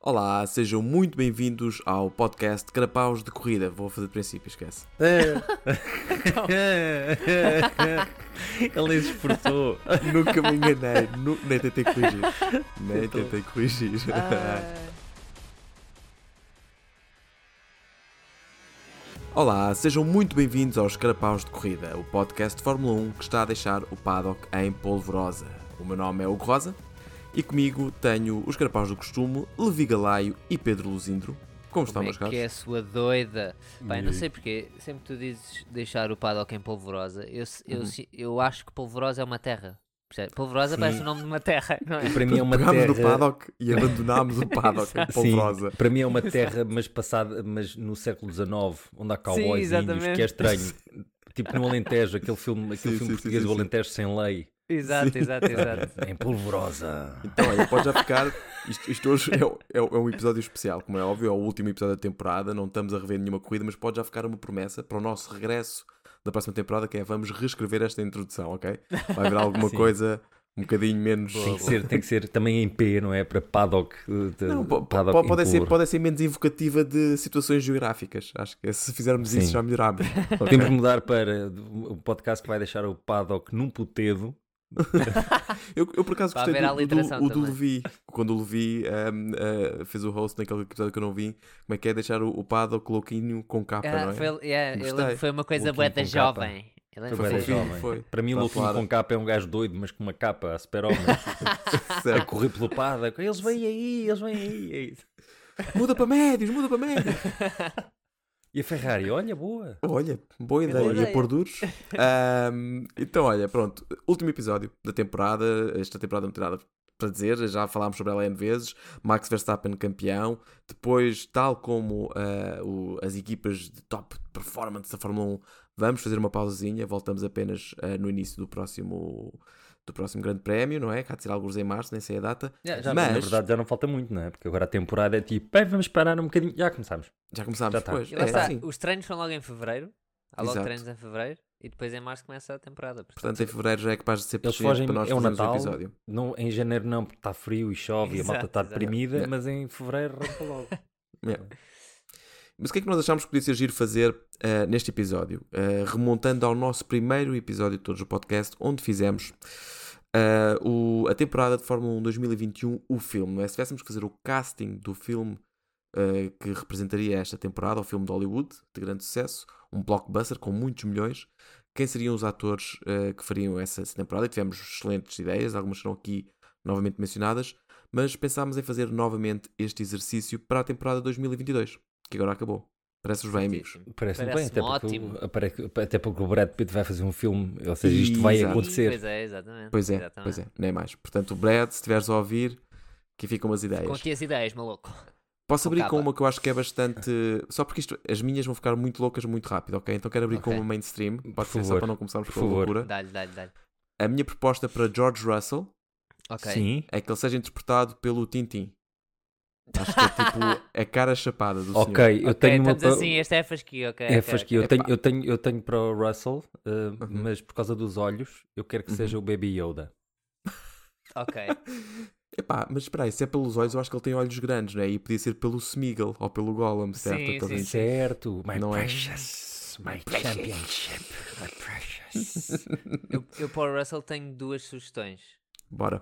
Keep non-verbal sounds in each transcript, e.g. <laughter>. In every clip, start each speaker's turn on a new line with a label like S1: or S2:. S1: Olá, sejam muito bem-vindos ao podcast Carapaus de Corrida. Vou fazer de princípio, esquece.
S2: É. Ele exportou.
S1: Nunca me enganei, nu- nem tentei corrigir. Nem
S2: Então.
S1: tentei corrigir. <laughs> Olá, sejam muito bem-vindos aos Carapaus de Corrida, o podcast de Fórmula 1 que está a deixar o paddock em polvorosa. O meu nome é Hugo Rosa e comigo tenho os Carapaus do Costume, Levi Galaio e Pedro Luzindro. Como estão,
S3: Como é
S1: meus caros?
S3: que é a sua doida? Pai,
S1: Hum.
S3: não sei porque, sempre que tu dizes deixar o paddock em polvorosa, eu, se-
S1: Uhum.
S3: eu, se- eu acho que polvorosa é uma terra. Percebe? Polvorosa
S2: Sim.
S3: parece o nome de uma terra, <laughs> não é?
S2: Para mim é uma
S1: Pegámos
S2: terra.
S1: no paddock
S2: <laughs>
S1: e abandonámos o paddock em
S2: Sim,
S1: polvorosa.
S2: para mim é uma terra, mas passada, mas no século XIX, onde há cowboys e índios,
S3: exatamente.
S2: que é estranho. Tipo no Alentejo, aquele filme,
S1: Sim,
S2: aquele filme
S1: sim,
S2: português,
S1: sim, É sim,
S2: o
S1: sim.
S2: Alentejo sem lei,
S3: Exato, exato, exato.
S2: em polvorosa.
S1: Então, olha, pode já ficar. Isto, isto hoje é, o- é o- é um episódio especial, como é óbvio, é o último episódio da temporada. Não estamos a rever nenhuma corrida, mas pode já ficar uma promessa para o nosso regresso da próxima temporada, que é vamos reescrever esta introdução, ok? Vai haver
S2: <laughs>
S1: alguma
S2: Sim.
S1: coisa um bocadinho menos.
S2: Tem que, ser, tem que ser também em P, não é? Para paddock. eh, de-
S1: <laughs> Não, po- po-
S2: paddock
S1: po-
S2: em
S1: pode, ser,
S2: plural.
S1: pode ser menos invocativa de situações geográficas. Acho que se fizermos isso
S2: Sim.
S1: já melhorámos.
S2: Temos de mudar para o podcast que vai deixar o paddock num putedo.
S1: Eu, eu, por acaso
S3: Para
S1: gostei
S3: haver a
S1: do, do,
S3: literação
S1: do, o do
S3: também.
S1: Levi, quando o Levi ahm, ah, fez o host naquele episódio que eu não vi, como é que é deixar o, o paddock louquinho com capa,
S3: Ah,
S1: não é? <laughs>
S3: foi, yeah, eu
S1: Gostei.
S3: lembro que foi uma coisa
S2: Louquinho
S3: bué
S2: com
S3: da
S2: capa.
S3: jovem. Eu lembro
S2: Foi
S3: que
S2: bué da
S3: foi-
S2: jovem. Para mim, o
S1: Tá
S2: louquinho
S1: claro.
S2: com capa é um gajo doido, mas com uma capa a super-homem. a
S1: Certo.
S2: correr pelo paddock. Eles vêm aí, eles vêm aí. é isso.
S1: Muda para médios, muda para médios.
S2: E a Ferrari, olha, boa.
S1: Olha, boa ideia.
S3: Boa
S1: Ia
S3: ideia.
S1: pôr duros.
S3: <laughs>
S1: Ahm, então, olha, pronto. Último episódio da temporada. Esta temporada não tem nada para dizer. Já falámos sobre ela N vezes. Max Verstappen campeão. Depois, tal como ah, o- as equipas de top performance da Fórmula 1, vamos fazer uma pausazinha. Voltamos apenas ah, no início do próximo do próximo grande prémio, não é? Cá de ser alguns em março, nem sei a data.
S2: Já, já,
S1: Mas-
S2: Na verdade, já não falta muito, não é? Porque agora a temporada é tipo, bem, vamos parar um bocadinho. Já começámos.
S1: Já começámos
S2: Já tá.
S1: depois.
S3: E lá
S1: É,
S3: está,
S1: sim.
S3: os treinos são logo em fevereiro. Há logo
S1: Exato.
S3: treinos em fevereiro. E depois em março começa a temporada. portanto-
S1: Portanto, em fevereiro já é capaz de ser
S2: Eles
S1: possível
S2: fogem-
S1: para nós
S2: é o
S1: fazermos
S2: Natal.
S1: episódio.
S2: Não, em janeiro não, porque está frio e chove e a malta
S3: Exato,
S2: está
S3: exato.
S2: deprimida,
S1: Yeah.
S2: mas em fevereiro arranca logo.
S1: Mas o que é que nós achámos que podia ser giro fazer eh, neste episódio? Eh, remontando ao nosso primeiro episódio de todos o podcast, onde fizemos eh, o- a temporada de Fórmula 1 2021, o filme, não é? Se tivéssemos que fazer o casting do filme eh, que representaria esta temporada, o filme de Hollywood, de grande sucesso, um blockbuster com muitos milhões, quem seriam os atores eh, que fariam essa, essa temporada? E tivemos excelentes ideias, algumas serão aqui novamente mencionadas, mas pensámos em fazer novamente este exercício para a temporada 2022 que agora acabou. Parece-vos bem, é amigos.
S3: Sim, sim.
S2: Parece-me bem,
S3: Parece-me
S2: até porque,
S3: ótimo.
S2: o, apare- até porque o Brad Pitt vai fazer um filme, ou seja, isto vai
S1: Exato.
S2: acontecer.
S3: Pois é, exatamente.
S1: Pois é,
S3: exatamente.
S1: pois é, nem mais. Portanto, Brad, se estiveres a ouvir, aqui ficam as ideias.
S3: Com que as ideias, maluco?
S1: Posso
S3: com
S1: abrir com
S3: capa.
S1: uma que eu acho que é bastante. Só porque isto, as minhas vão ficar muito loucas muito rápido, ok? Então quero abrir com
S3: Ok.
S1: uma mainstream. Pode ser só
S2: favor,
S1: para não começarmos
S2: por
S1: com a
S2: favor.
S1: loucura.
S3: Dá-lhe, dá-lhe, dá-lhe.
S1: A minha proposta para George Russell
S3: Ok.
S2: Sim,
S1: é que ele seja interpretado pelo Tintin. Acho que é tipo a cara chapada do
S2: ok,
S1: senhor.
S2: eu
S3: Ok,
S2: tenho uma.
S3: estamos assim, esta é Uhum. a fasquia, ok.
S2: É,
S3: ok,
S2: faz que
S3: ok.
S2: eu
S1: Epá.
S2: tenho, eu, tenho, eu tenho para o Russell, uh, mas por causa dos olhos, eu quero que
S3: Uhum.
S2: seja o Baby Yoda.
S3: Ok.
S1: Epá, mas espera aí, se é pelos olhos, eu acho que ele tem olhos grandes, né? E podia ser pelo Smeagol ou pelo Gollum, certo? tipo.
S3: Sim,
S1: Aqueles
S3: sim,
S1: em-
S3: sim.
S2: Certo, my
S1: Não é?
S2: precious, my championship, my precious.
S3: Eu, eu para o Russell tenho duas sugestões.
S1: Bora.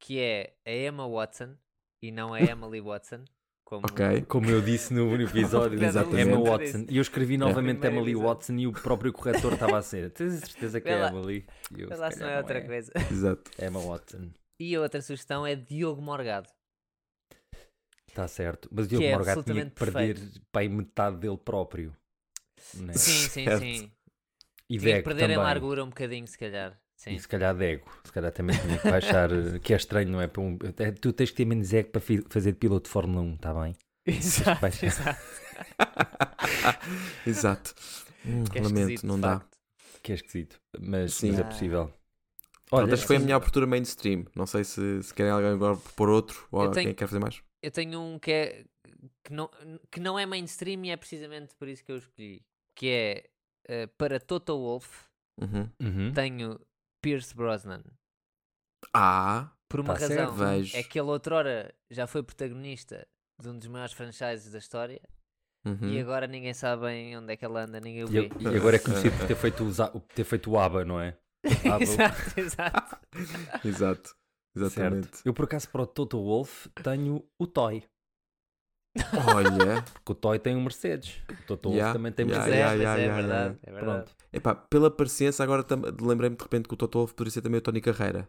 S3: Que é a Emma Watson e não a Emily Watson. Como...
S1: Ok.
S2: <laughs> Como eu disse no episódio,
S1: Exatamente.
S2: Emma Watson. E eu escrevi novamente
S3: Primeiro
S2: Emily
S3: episódio.
S2: Watson e o próprio corretor estava a ser. Tens a certeza que
S3: Vê
S2: é
S3: lá.
S2: Emily? E eu,
S3: Vê
S2: se
S3: lá se não
S2: calhar
S3: é outra coisa.
S1: Exato.
S2: Emma Watson.
S3: E a outra sugestão é Diogo Morgado.
S2: Está Tá certo. Mas o Diogo
S3: é
S2: Morgado tinha que
S3: absolutamente
S2: perder pai, metade dele próprio. né?
S3: Sim, sim,
S1: Certo.
S3: sim.
S2: E de
S3: Tinha que
S2: ego
S3: perder
S2: também.
S3: em largura um bocadinho, se calhar. Sim.
S2: E
S3: <laughs>
S2: se calhar de ego. Se calhar também tinha que baixar. eh, que é estranho, não é? Para um- até Tu tens que ter menos ego para fi- fazer de piloto de Fórmula 1, está bem?
S3: Exato,
S2: Baixar.
S3: exato.
S1: Exato. Hum,
S3: Que é
S1: lamento,
S3: esquisito,
S1: não
S3: de
S1: dá.
S3: facto.
S2: Que é esquisito. Mas,
S1: Sim.
S2: mas é
S3: Ah.
S2: possível.
S1: Pronto, esta foi a
S2: sim.
S1: minha abertura mainstream. Não sei se, se querem alguém agora propor outro ou
S3: Eu tenho-
S1: quem quer fazer mais.
S3: Eu tenho um que é que não, que não é mainstream e é precisamente por isso que eu escolhi. Que é eh, para Toto Wolff
S1: Uhum.
S2: Uhum.
S3: tenho Pierce Brosnan.
S1: Ah,
S3: Por uma
S2: Tá certo.
S3: razão.
S1: Vejo.
S3: É que ele outrora já foi protagonista de um dos maiores franchises da história
S1: Uhum.
S3: e agora ninguém sabe em onde é que ela anda, ninguém o
S2: E,
S3: vê.
S2: e agora é
S1: <laughs>
S2: conhecido por ter feito o, za- por ter feito o ABA, não é? ABBA, o-
S3: exato, exato.
S1: Exato. Exatamente.
S2: Eu por acaso para o Toto Wolff tenho o Toy,
S3: <laughs>
S1: Olha.
S2: porque o Toy tem um Mercedes. O Toto
S1: Yeah,
S2: Wolff também tem
S1: yeah,
S3: Mas
S2: Mercedes.
S1: yeah,
S3: é, mas
S1: yeah,
S3: é
S1: yeah,
S3: verdade, é verdade.
S2: Pronto.
S1: Epá, pela paciência, agora tam- lembrei-me de repente que o Toto Wolff poderia ser também o Tony Carreira.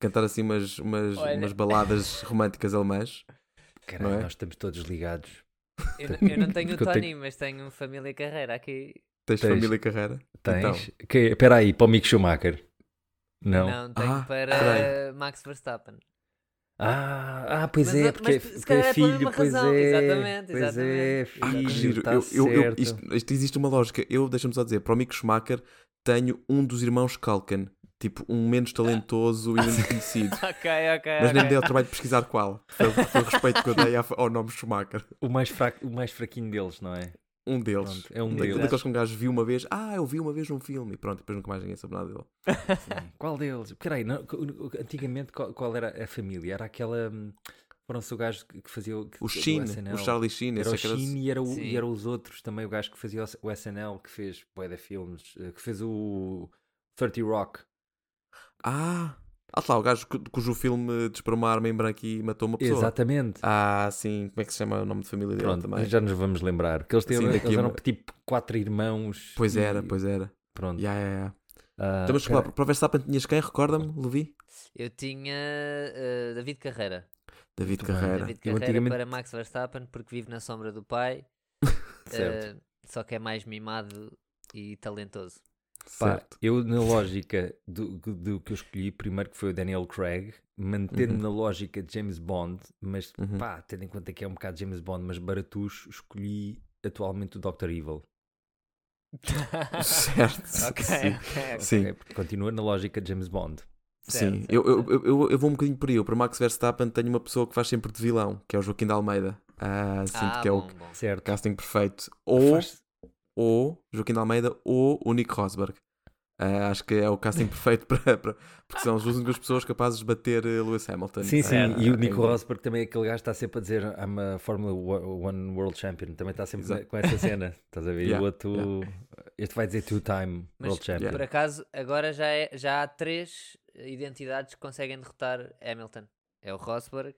S1: Cantar assim umas, umas,
S3: Olha.
S1: umas baladas
S3: <laughs>
S1: românticas alemãs.
S2: Caralho,
S1: Não é?
S2: nós estamos todos ligados.
S3: Eu, não- eu não tenho o
S2: Porque eu
S3: Tony,
S2: tenho-
S3: mas tenho família e carreira aqui.
S1: Tens,
S2: Tens.
S1: família Carreira?
S2: Tens?
S1: Então.
S2: Que- Espera aí, para o Mick Schumacher. Não.
S3: Não, tenho
S1: Ah,
S3: para
S1: peraí.
S3: Max Verstappen. <laughs>
S2: Ah, ah, pois
S3: Mas-
S2: é,
S3: mas
S2: porque, é-
S3: se
S2: porque
S3: calhar
S2: é
S3: é pela
S2: filho,
S3: mesma
S2: pois
S3: razão,
S2: é.
S3: exatamente,
S2: pois é,
S3: exatamente.
S1: Ah, que
S2: filho,
S1: giro.
S2: tá
S1: Eu- eu- eu-
S2: certo.
S1: isto, isto existe uma lógica. Eu, deixa-me só dizer, para o Mick Schumacher, tenho um dos irmãos Kalken. Tipo, um menos
S3: Ah.
S1: talentoso e um
S3: <laughs>
S1: menos conhecido.
S3: Ok, ok,
S1: Mas nem me
S3: ok.
S1: deu o trabalho de pesquisar qual. Foi, foi o respeito que eu dei à- ao nome Schumacher.
S2: O, mais fraco, o mais fraquinho deles, não é?
S1: Um deles.
S2: Pronto, é um
S1: Daquele-
S2: deles.
S1: Daqueles que um gajo viu uma vez. Ah, eu vi uma vez num filme. E pronto, depois nunca mais ninguém soube nada dele.
S3: <laughs>
S2: Sim. Qual deles? Peraí, não, co- o- o- antigamente qual, qual era a família? Era aquela. hum, Foram-se o gajo que que fazia. o- Que,
S1: O
S2: que- do
S1: Shin,
S2: SNL.
S1: o Charlie Sheen.
S2: Era
S1: esse
S2: o
S1: é que era-
S2: Shin e, era o-
S3: Sim.
S2: e eram os outros também, o gajo que fazia o S- o SNL, que fez Poeda Filmes, eh, que fez o 30 Rock.
S1: Ah, ah tá, o gajo cu- cujo filme disparou uma arma em branco e matou uma pessoa.
S2: Exatamente.
S1: Ah, sim, como é que se chama o nome de família dele
S2: Pronto,
S1: também?
S2: já nos vamos lembrar. Que eles, têm,
S1: Sim, daqui
S2: eles
S1: a
S2: eram
S1: uma-
S2: tipo quatro irmãos.
S1: Pois
S2: e-
S1: era, pois era.
S2: Pronto.
S1: Ya, ya, ya.
S2: Ah,
S1: Então, mas
S2: cara,
S1: desculpa, para o Verstappen tinhas quem? Recorda-me, Levi?
S3: Eu tinha eh, David Carreira.
S1: David
S2: Muito bem.
S1: Carreira.
S3: David
S2: Eu
S3: Carreira
S2: antigamente-
S3: para Max Verstappen porque vive na sombra do pai,
S2: certo.
S3: eh, só que é mais mimado e
S1: <laughs>
S3: talentoso.
S2: Pá,
S1: Certo.
S2: eu na lógica do, do que eu escolhi, primeiro que foi o Daniel Craig, mantendo na lógica de James Bond, mas
S1: Uhum.
S2: pá, tendo em conta que é um bocado James Bond, mas baratucho, escolhi atualmente o Dr. Evil. <laughs>
S1: Certo.
S3: ok,
S1: Sim.
S3: ok, ok,
S1: Sim,
S2: É, porque continua na lógica de James Bond.
S3: certo,
S1: sim.
S3: certo,
S1: Eu, eu,
S3: certo.
S1: eu- eu, eu vou um bocadinho por aí. Eu, para Max Verstappen, tenho uma pessoa que faz sempre de vilão, que é o Joaquim de Almeida. Ah, sinto
S3: Ah,
S1: que é
S3: bom,
S1: o
S3: bom.
S2: Certo.
S1: casting perfeito. Ou,
S2: Faz-
S1: ou Joaquim de Almeida, ou o Nick Rosberg. Ah, acho que é o
S3: <laughs>
S1: casting perfeito para, para- porque são as duas únicas pessoas capazes de bater eh, Lewis Hamilton.
S2: Sim, sim,
S1: Ah,
S2: e o
S1: em-
S2: Nico Rosberg também é aquele gajo que está sempre a dizer I'm a Formula One World Champion, também está sempre
S1: Exato.
S2: na- com essa cena, estás a ver? E
S1: Yeah,
S2: o outro, este vai dizer two time
S3: Mas-
S2: World Champion.
S3: Por acaso, agora já, é- já há três identidades que conseguem derrotar Hamilton. É o Rosberg,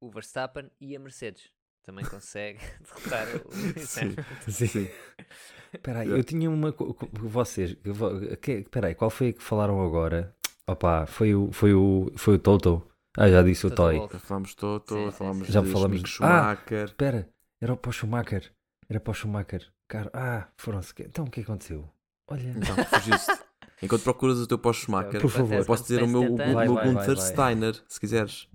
S3: o Verstappen e a Mercedes. Também consegue <laughs> derrotar o Lewis
S1: Sim.
S3: <laughs> Hamilton.
S1: Sim, sim.
S2: Espera aí,
S1: Yeah.
S2: eu tinha uma. co- co- Vocês. que vo- que- Espera aí, qual foi a que falaram agora? Opa, foi o, foi o, foi o Toto. Ah, já disse o
S3: Toto
S2: Toy.
S3: Wolff.
S1: Já falámos Toto,
S3: Sim,
S1: falámos
S3: sim, sim.
S1: já
S2: Já
S1: de
S2: falamos-
S1: Mick
S2: Ah!
S1: Schumacher.
S2: Espera, era para o Schumacher. Era para o Schumacher. Cara, ah, foram-se. que- Então o que aconteceu? <laughs> Olha.
S1: Então, fugiste. Enquanto procuras o teu pós Schumacher,
S2: Por favor.
S1: eu posso dizer o meu, o
S3: é Acontece quando se tem 70
S2: Vai,
S1: meu
S3: anos.
S2: vai,
S1: Gunther
S2: vai, vai.
S1: Steiner, se quiseres.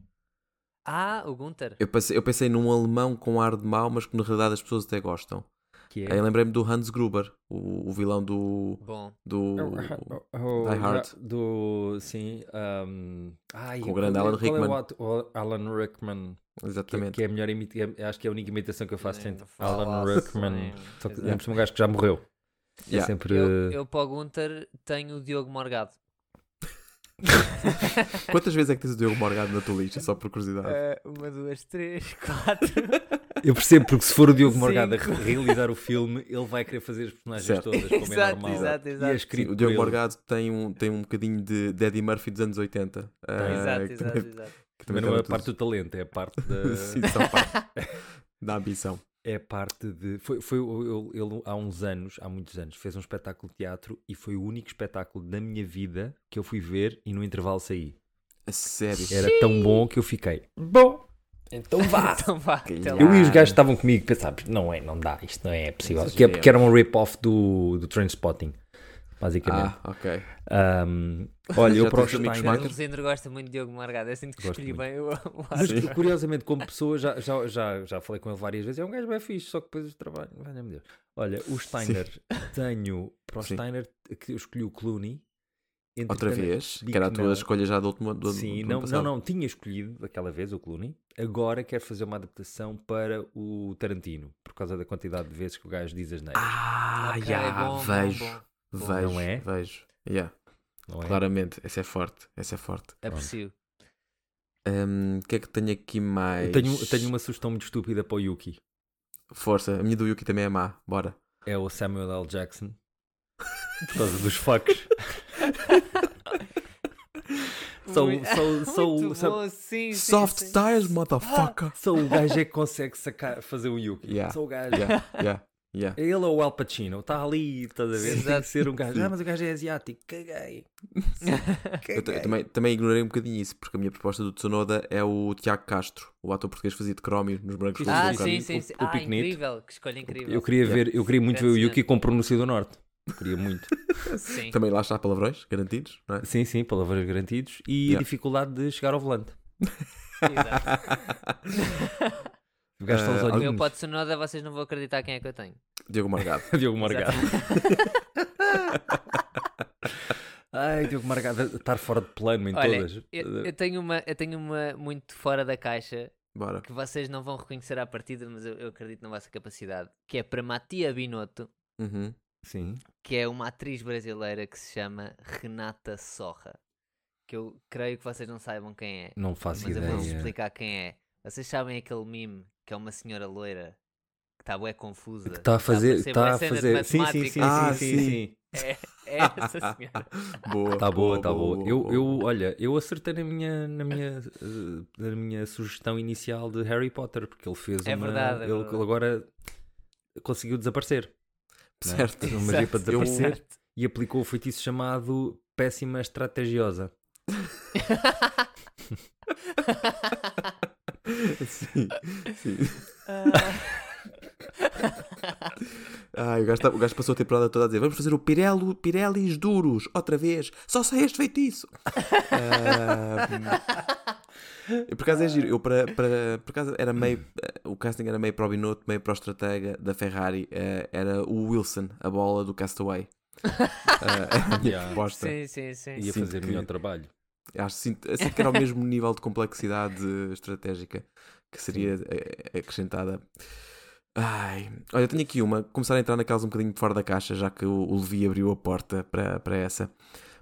S3: Ah, o Gunther.
S1: Eu pensei, eu pensei num alemão com ar de mau, mas que na realidade as pessoas até gostam.
S2: Que é.
S1: Aí lembrei-me do Hans Gruber, o, o vilão do.
S3: Bom,
S1: do
S2: É O-
S1: Die Hard.
S2: Do. Sim. um, ai,
S1: Com o grande
S2: qual é-
S1: Alan
S2: qual é o
S1: Rickman.
S2: ato- o Alan Rickman. Que,
S1: exatamente.
S2: que é a melhor imitação. Acho que é a única imitação que eu faço.
S3: Nem
S2: gente.
S3: falasse,
S2: Alan Rickman.
S3: nem-
S2: Só que
S3: Exato.
S2: lembro-se de um gajo que já morreu. É
S1: Yeah.
S2: sempre.
S3: eu, eu para o Gunther tenho o Diogo <laughs> Morgado.
S1: Quantas vezes é que tens o Diogo Morgado na tua lista, só por
S2: É,
S1: curiosidade?
S3: Eh, uma, duas, três, <laughs> quatro.
S2: Eu percebo, porque se for o Diogo Morgado a
S3: Cinco.
S2: re- realizar o filme, ele vai querer fazer as personagens
S1: Certo.
S2: todas, como é
S3: Exato,
S2: normal.
S3: exato,
S2: E é
S3: exato.
S2: escrito
S1: o
S2: por
S1: Diogo
S2: ele.
S1: Morgado tem um, tem um bocadinho de, de Eddie Murphy dos anos 80. ah,
S3: exato,
S1: que
S3: exato,
S1: também-
S3: exato.
S1: que
S2: Mas
S1: também
S2: não é a
S1: era tudo-
S2: parte do talento, é a parte da,
S1: <laughs> Sim, são parte
S2: <laughs>
S1: da ambição.
S2: é a parte de. Foi, foi o- ele, ele há uns anos, há muitos anos, fez um espetáculo de teatro e foi o único espetáculo da minha vida que eu fui ver e no intervalo saí.
S1: A sério.
S2: Era tão bom que eu fiquei. Bom, então vá!
S3: <laughs> Então vá,
S1: Que
S3: até
S1: ia-
S3: lá.
S2: Eu e os gajos estavam comigo, pensámos, não é, não dá, isto não é possível.
S1: Isso
S2: Que, é-
S1: é-
S2: que era um rip-off do, do Trainspotting, basicamente.
S1: Ah, ok.
S2: Um, olha, eu
S1: Já
S2: para o
S1: tens amigos
S2: Steiner,
S1: Marcos?
S3: O Zendro um gosta muito de Diogo Morgado. Eu sinto que
S2: Gosto
S3: escolhi
S2: muito.
S3: bem o, o
S2: mas
S3: ator.
S2: curiosamente, como pessoa, já, já, já, já falei com ele várias vezes, é um gajo bem fixe, só que depois o trabalho, valha-me Deus. Olha, o Steiner, tenho, para o
S1: Sim.
S2: Steiner, que eu escolhi o Clooney.
S1: Outra
S2: entretanto-
S1: vez?
S2: digo
S1: Que era a
S2: que
S1: tua
S2: não.
S1: escolha já do último do,
S2: Sim,
S1: do
S2: não,
S1: ano passado.
S2: não, não, tinha escolhido daquela vez o Clooney, agora quero fazer uma adaptação para o Tarantino, por causa da quantidade de vezes que o gajo diz as neiras,
S1: Ah,
S3: Ok,
S1: já,
S3: bom, bom,
S1: vejo,
S3: bom.
S1: vejo,
S2: Não é?
S1: vejo. Yeah,
S2: não é?
S1: Claramente, essa é forte, essa é forte.
S3: Aprecio.
S1: Hum, O que é que tenho aqui mais?
S2: Eu tenho, eu tenho uma sugestão muito estúpida para o Yuki.
S1: Força, a minha do Yuki também é má. Bora.
S2: É o Samuel L. Jackson. Por causa
S1: <laughs>
S2: dos fucks. só, o- só, o- só, o-
S3: Muito
S2: só-
S3: bom, sim, sim,
S1: Soft
S3: sim.
S1: tires,
S3: <laughs>
S1: motherfucker.
S2: só o gajo é que consegue sacar, fazer um Yuki.
S1: Yeah.
S2: Só o gajo.
S1: <laughs> yeah, yeah, yeah.
S2: Ele ou o Al Pacino, está ali, estás a ver? Tem
S3: Exato.
S2: que ser um gajo.
S1: Sim.
S2: Ah, mas o gajo é asiático, caguei.
S1: Eu, ta- eu também, também ignorei um bocadinho isso, porque a minha proposta do Tsunoda é o Tiago Castro, o ator português que fazia de crómio nos brancos.
S2: Ah,
S3: Ah,
S1: Lobo do
S3: sim,
S1: Crómio.
S3: sim,
S2: o-
S3: sim.
S2: o
S3: Ah,
S2: piquenito.
S3: incrível. Que escolha incrível.
S2: Eu queria ver, eu queria muito ver o
S3: Grande
S2: Yuki com pronúncia do norte. Queria muito.
S3: Sim.
S1: Também lá está palavrões, garantidos, não é?
S2: <laughs> Sim, sim, palavras garantidos. E a
S1: Yeah.
S2: dificuldade de chegar ao volante.
S3: Exato.
S2: O gajo está
S1: Eh,
S2: aos
S1: alguém-
S2: <laughs>
S3: O meu
S2: olhinhos.
S3: pode Sonoda, vocês não vão acreditar quem é que eu tenho.
S1: Diogo Morgado.
S2: Diogo
S3: <laughs>
S2: Morgado. Ai, Diogo Morgado, estar fora de plano em
S3: Olha,
S2: todas.
S3: eu, eu tenho uma, eu tenho uma muito fora da caixa <laughs>
S1: Bora.
S3: que vocês não vão reconhecer à partida, mas eu, eu acredito na vossa capacidade, que é para Matia Binotto,
S1: Uhum.
S2: Sim.
S3: que é uma atriz brasileira que se chama Renata Sorra, que eu creio que vocês não saibam quem é,
S2: Não faço
S3: mas eu vou-vos
S2: ideia.
S3: explicar quem é. Vocês sabem aquele meme que é uma senhora loira que está bué confusa.
S2: Que tá- está a fazer.
S3: parecer
S2: Está
S3: bué
S2: a
S3: cena de
S2: fazer. Sim, sim, sim,
S3: matemática.
S1: Ah,
S2: sim, sim,
S1: sim.
S2: sim.
S3: É essa senhora.
S1: Boa.
S2: Está Tá boa, está boa.
S1: boa,
S2: Eu,
S1: boa,
S2: eu,
S1: boa.
S2: olha, eu acertei na minha, na, minha, eh, na minha sugestão inicial de Harry Potter, porque ele fez
S3: É
S2: uma.
S3: verdade, é
S2: ele,
S3: verdade.
S2: ele agora conseguiu desaparecer. não <laughs> é?
S1: Certo.
S2: Fez uma magia para
S3: Exato.
S2: desaparecer e aplicou o feitiço chamado Péssima Estrategiosa.
S1: sim, sim.
S3: Ah,
S1: Ai, o, gajo tá- o gajo passou a temporada toda a dizer: Vamos fazer o Pirello, Pirellis duros, outra vez, só sai este feitiço. Ah, e por acaso é giro, eu para, para, por acaso era meio, eh, o casting era meio para o Binotto, meio para o estratega da Ferrari, eh, era o Wilson, a bola do
S3: <laughs>
S1: Castaway. Ah, <laughs> era a minha
S2: Yeah.
S1: proposta.
S3: sim, sim, sim.
S2: Ia
S1: Sinto
S2: fazer
S1: que-
S2: melhor trabalho.
S1: Acho sinto- sinto que era o mesmo nível de complexidade eh, estratégica que seria eh, acrescentada. Ai, olha, eu tenho aqui uma, começar a entrar naquelas um bocadinho fora da caixa, já que o, o Levi abriu a porta para, para essa,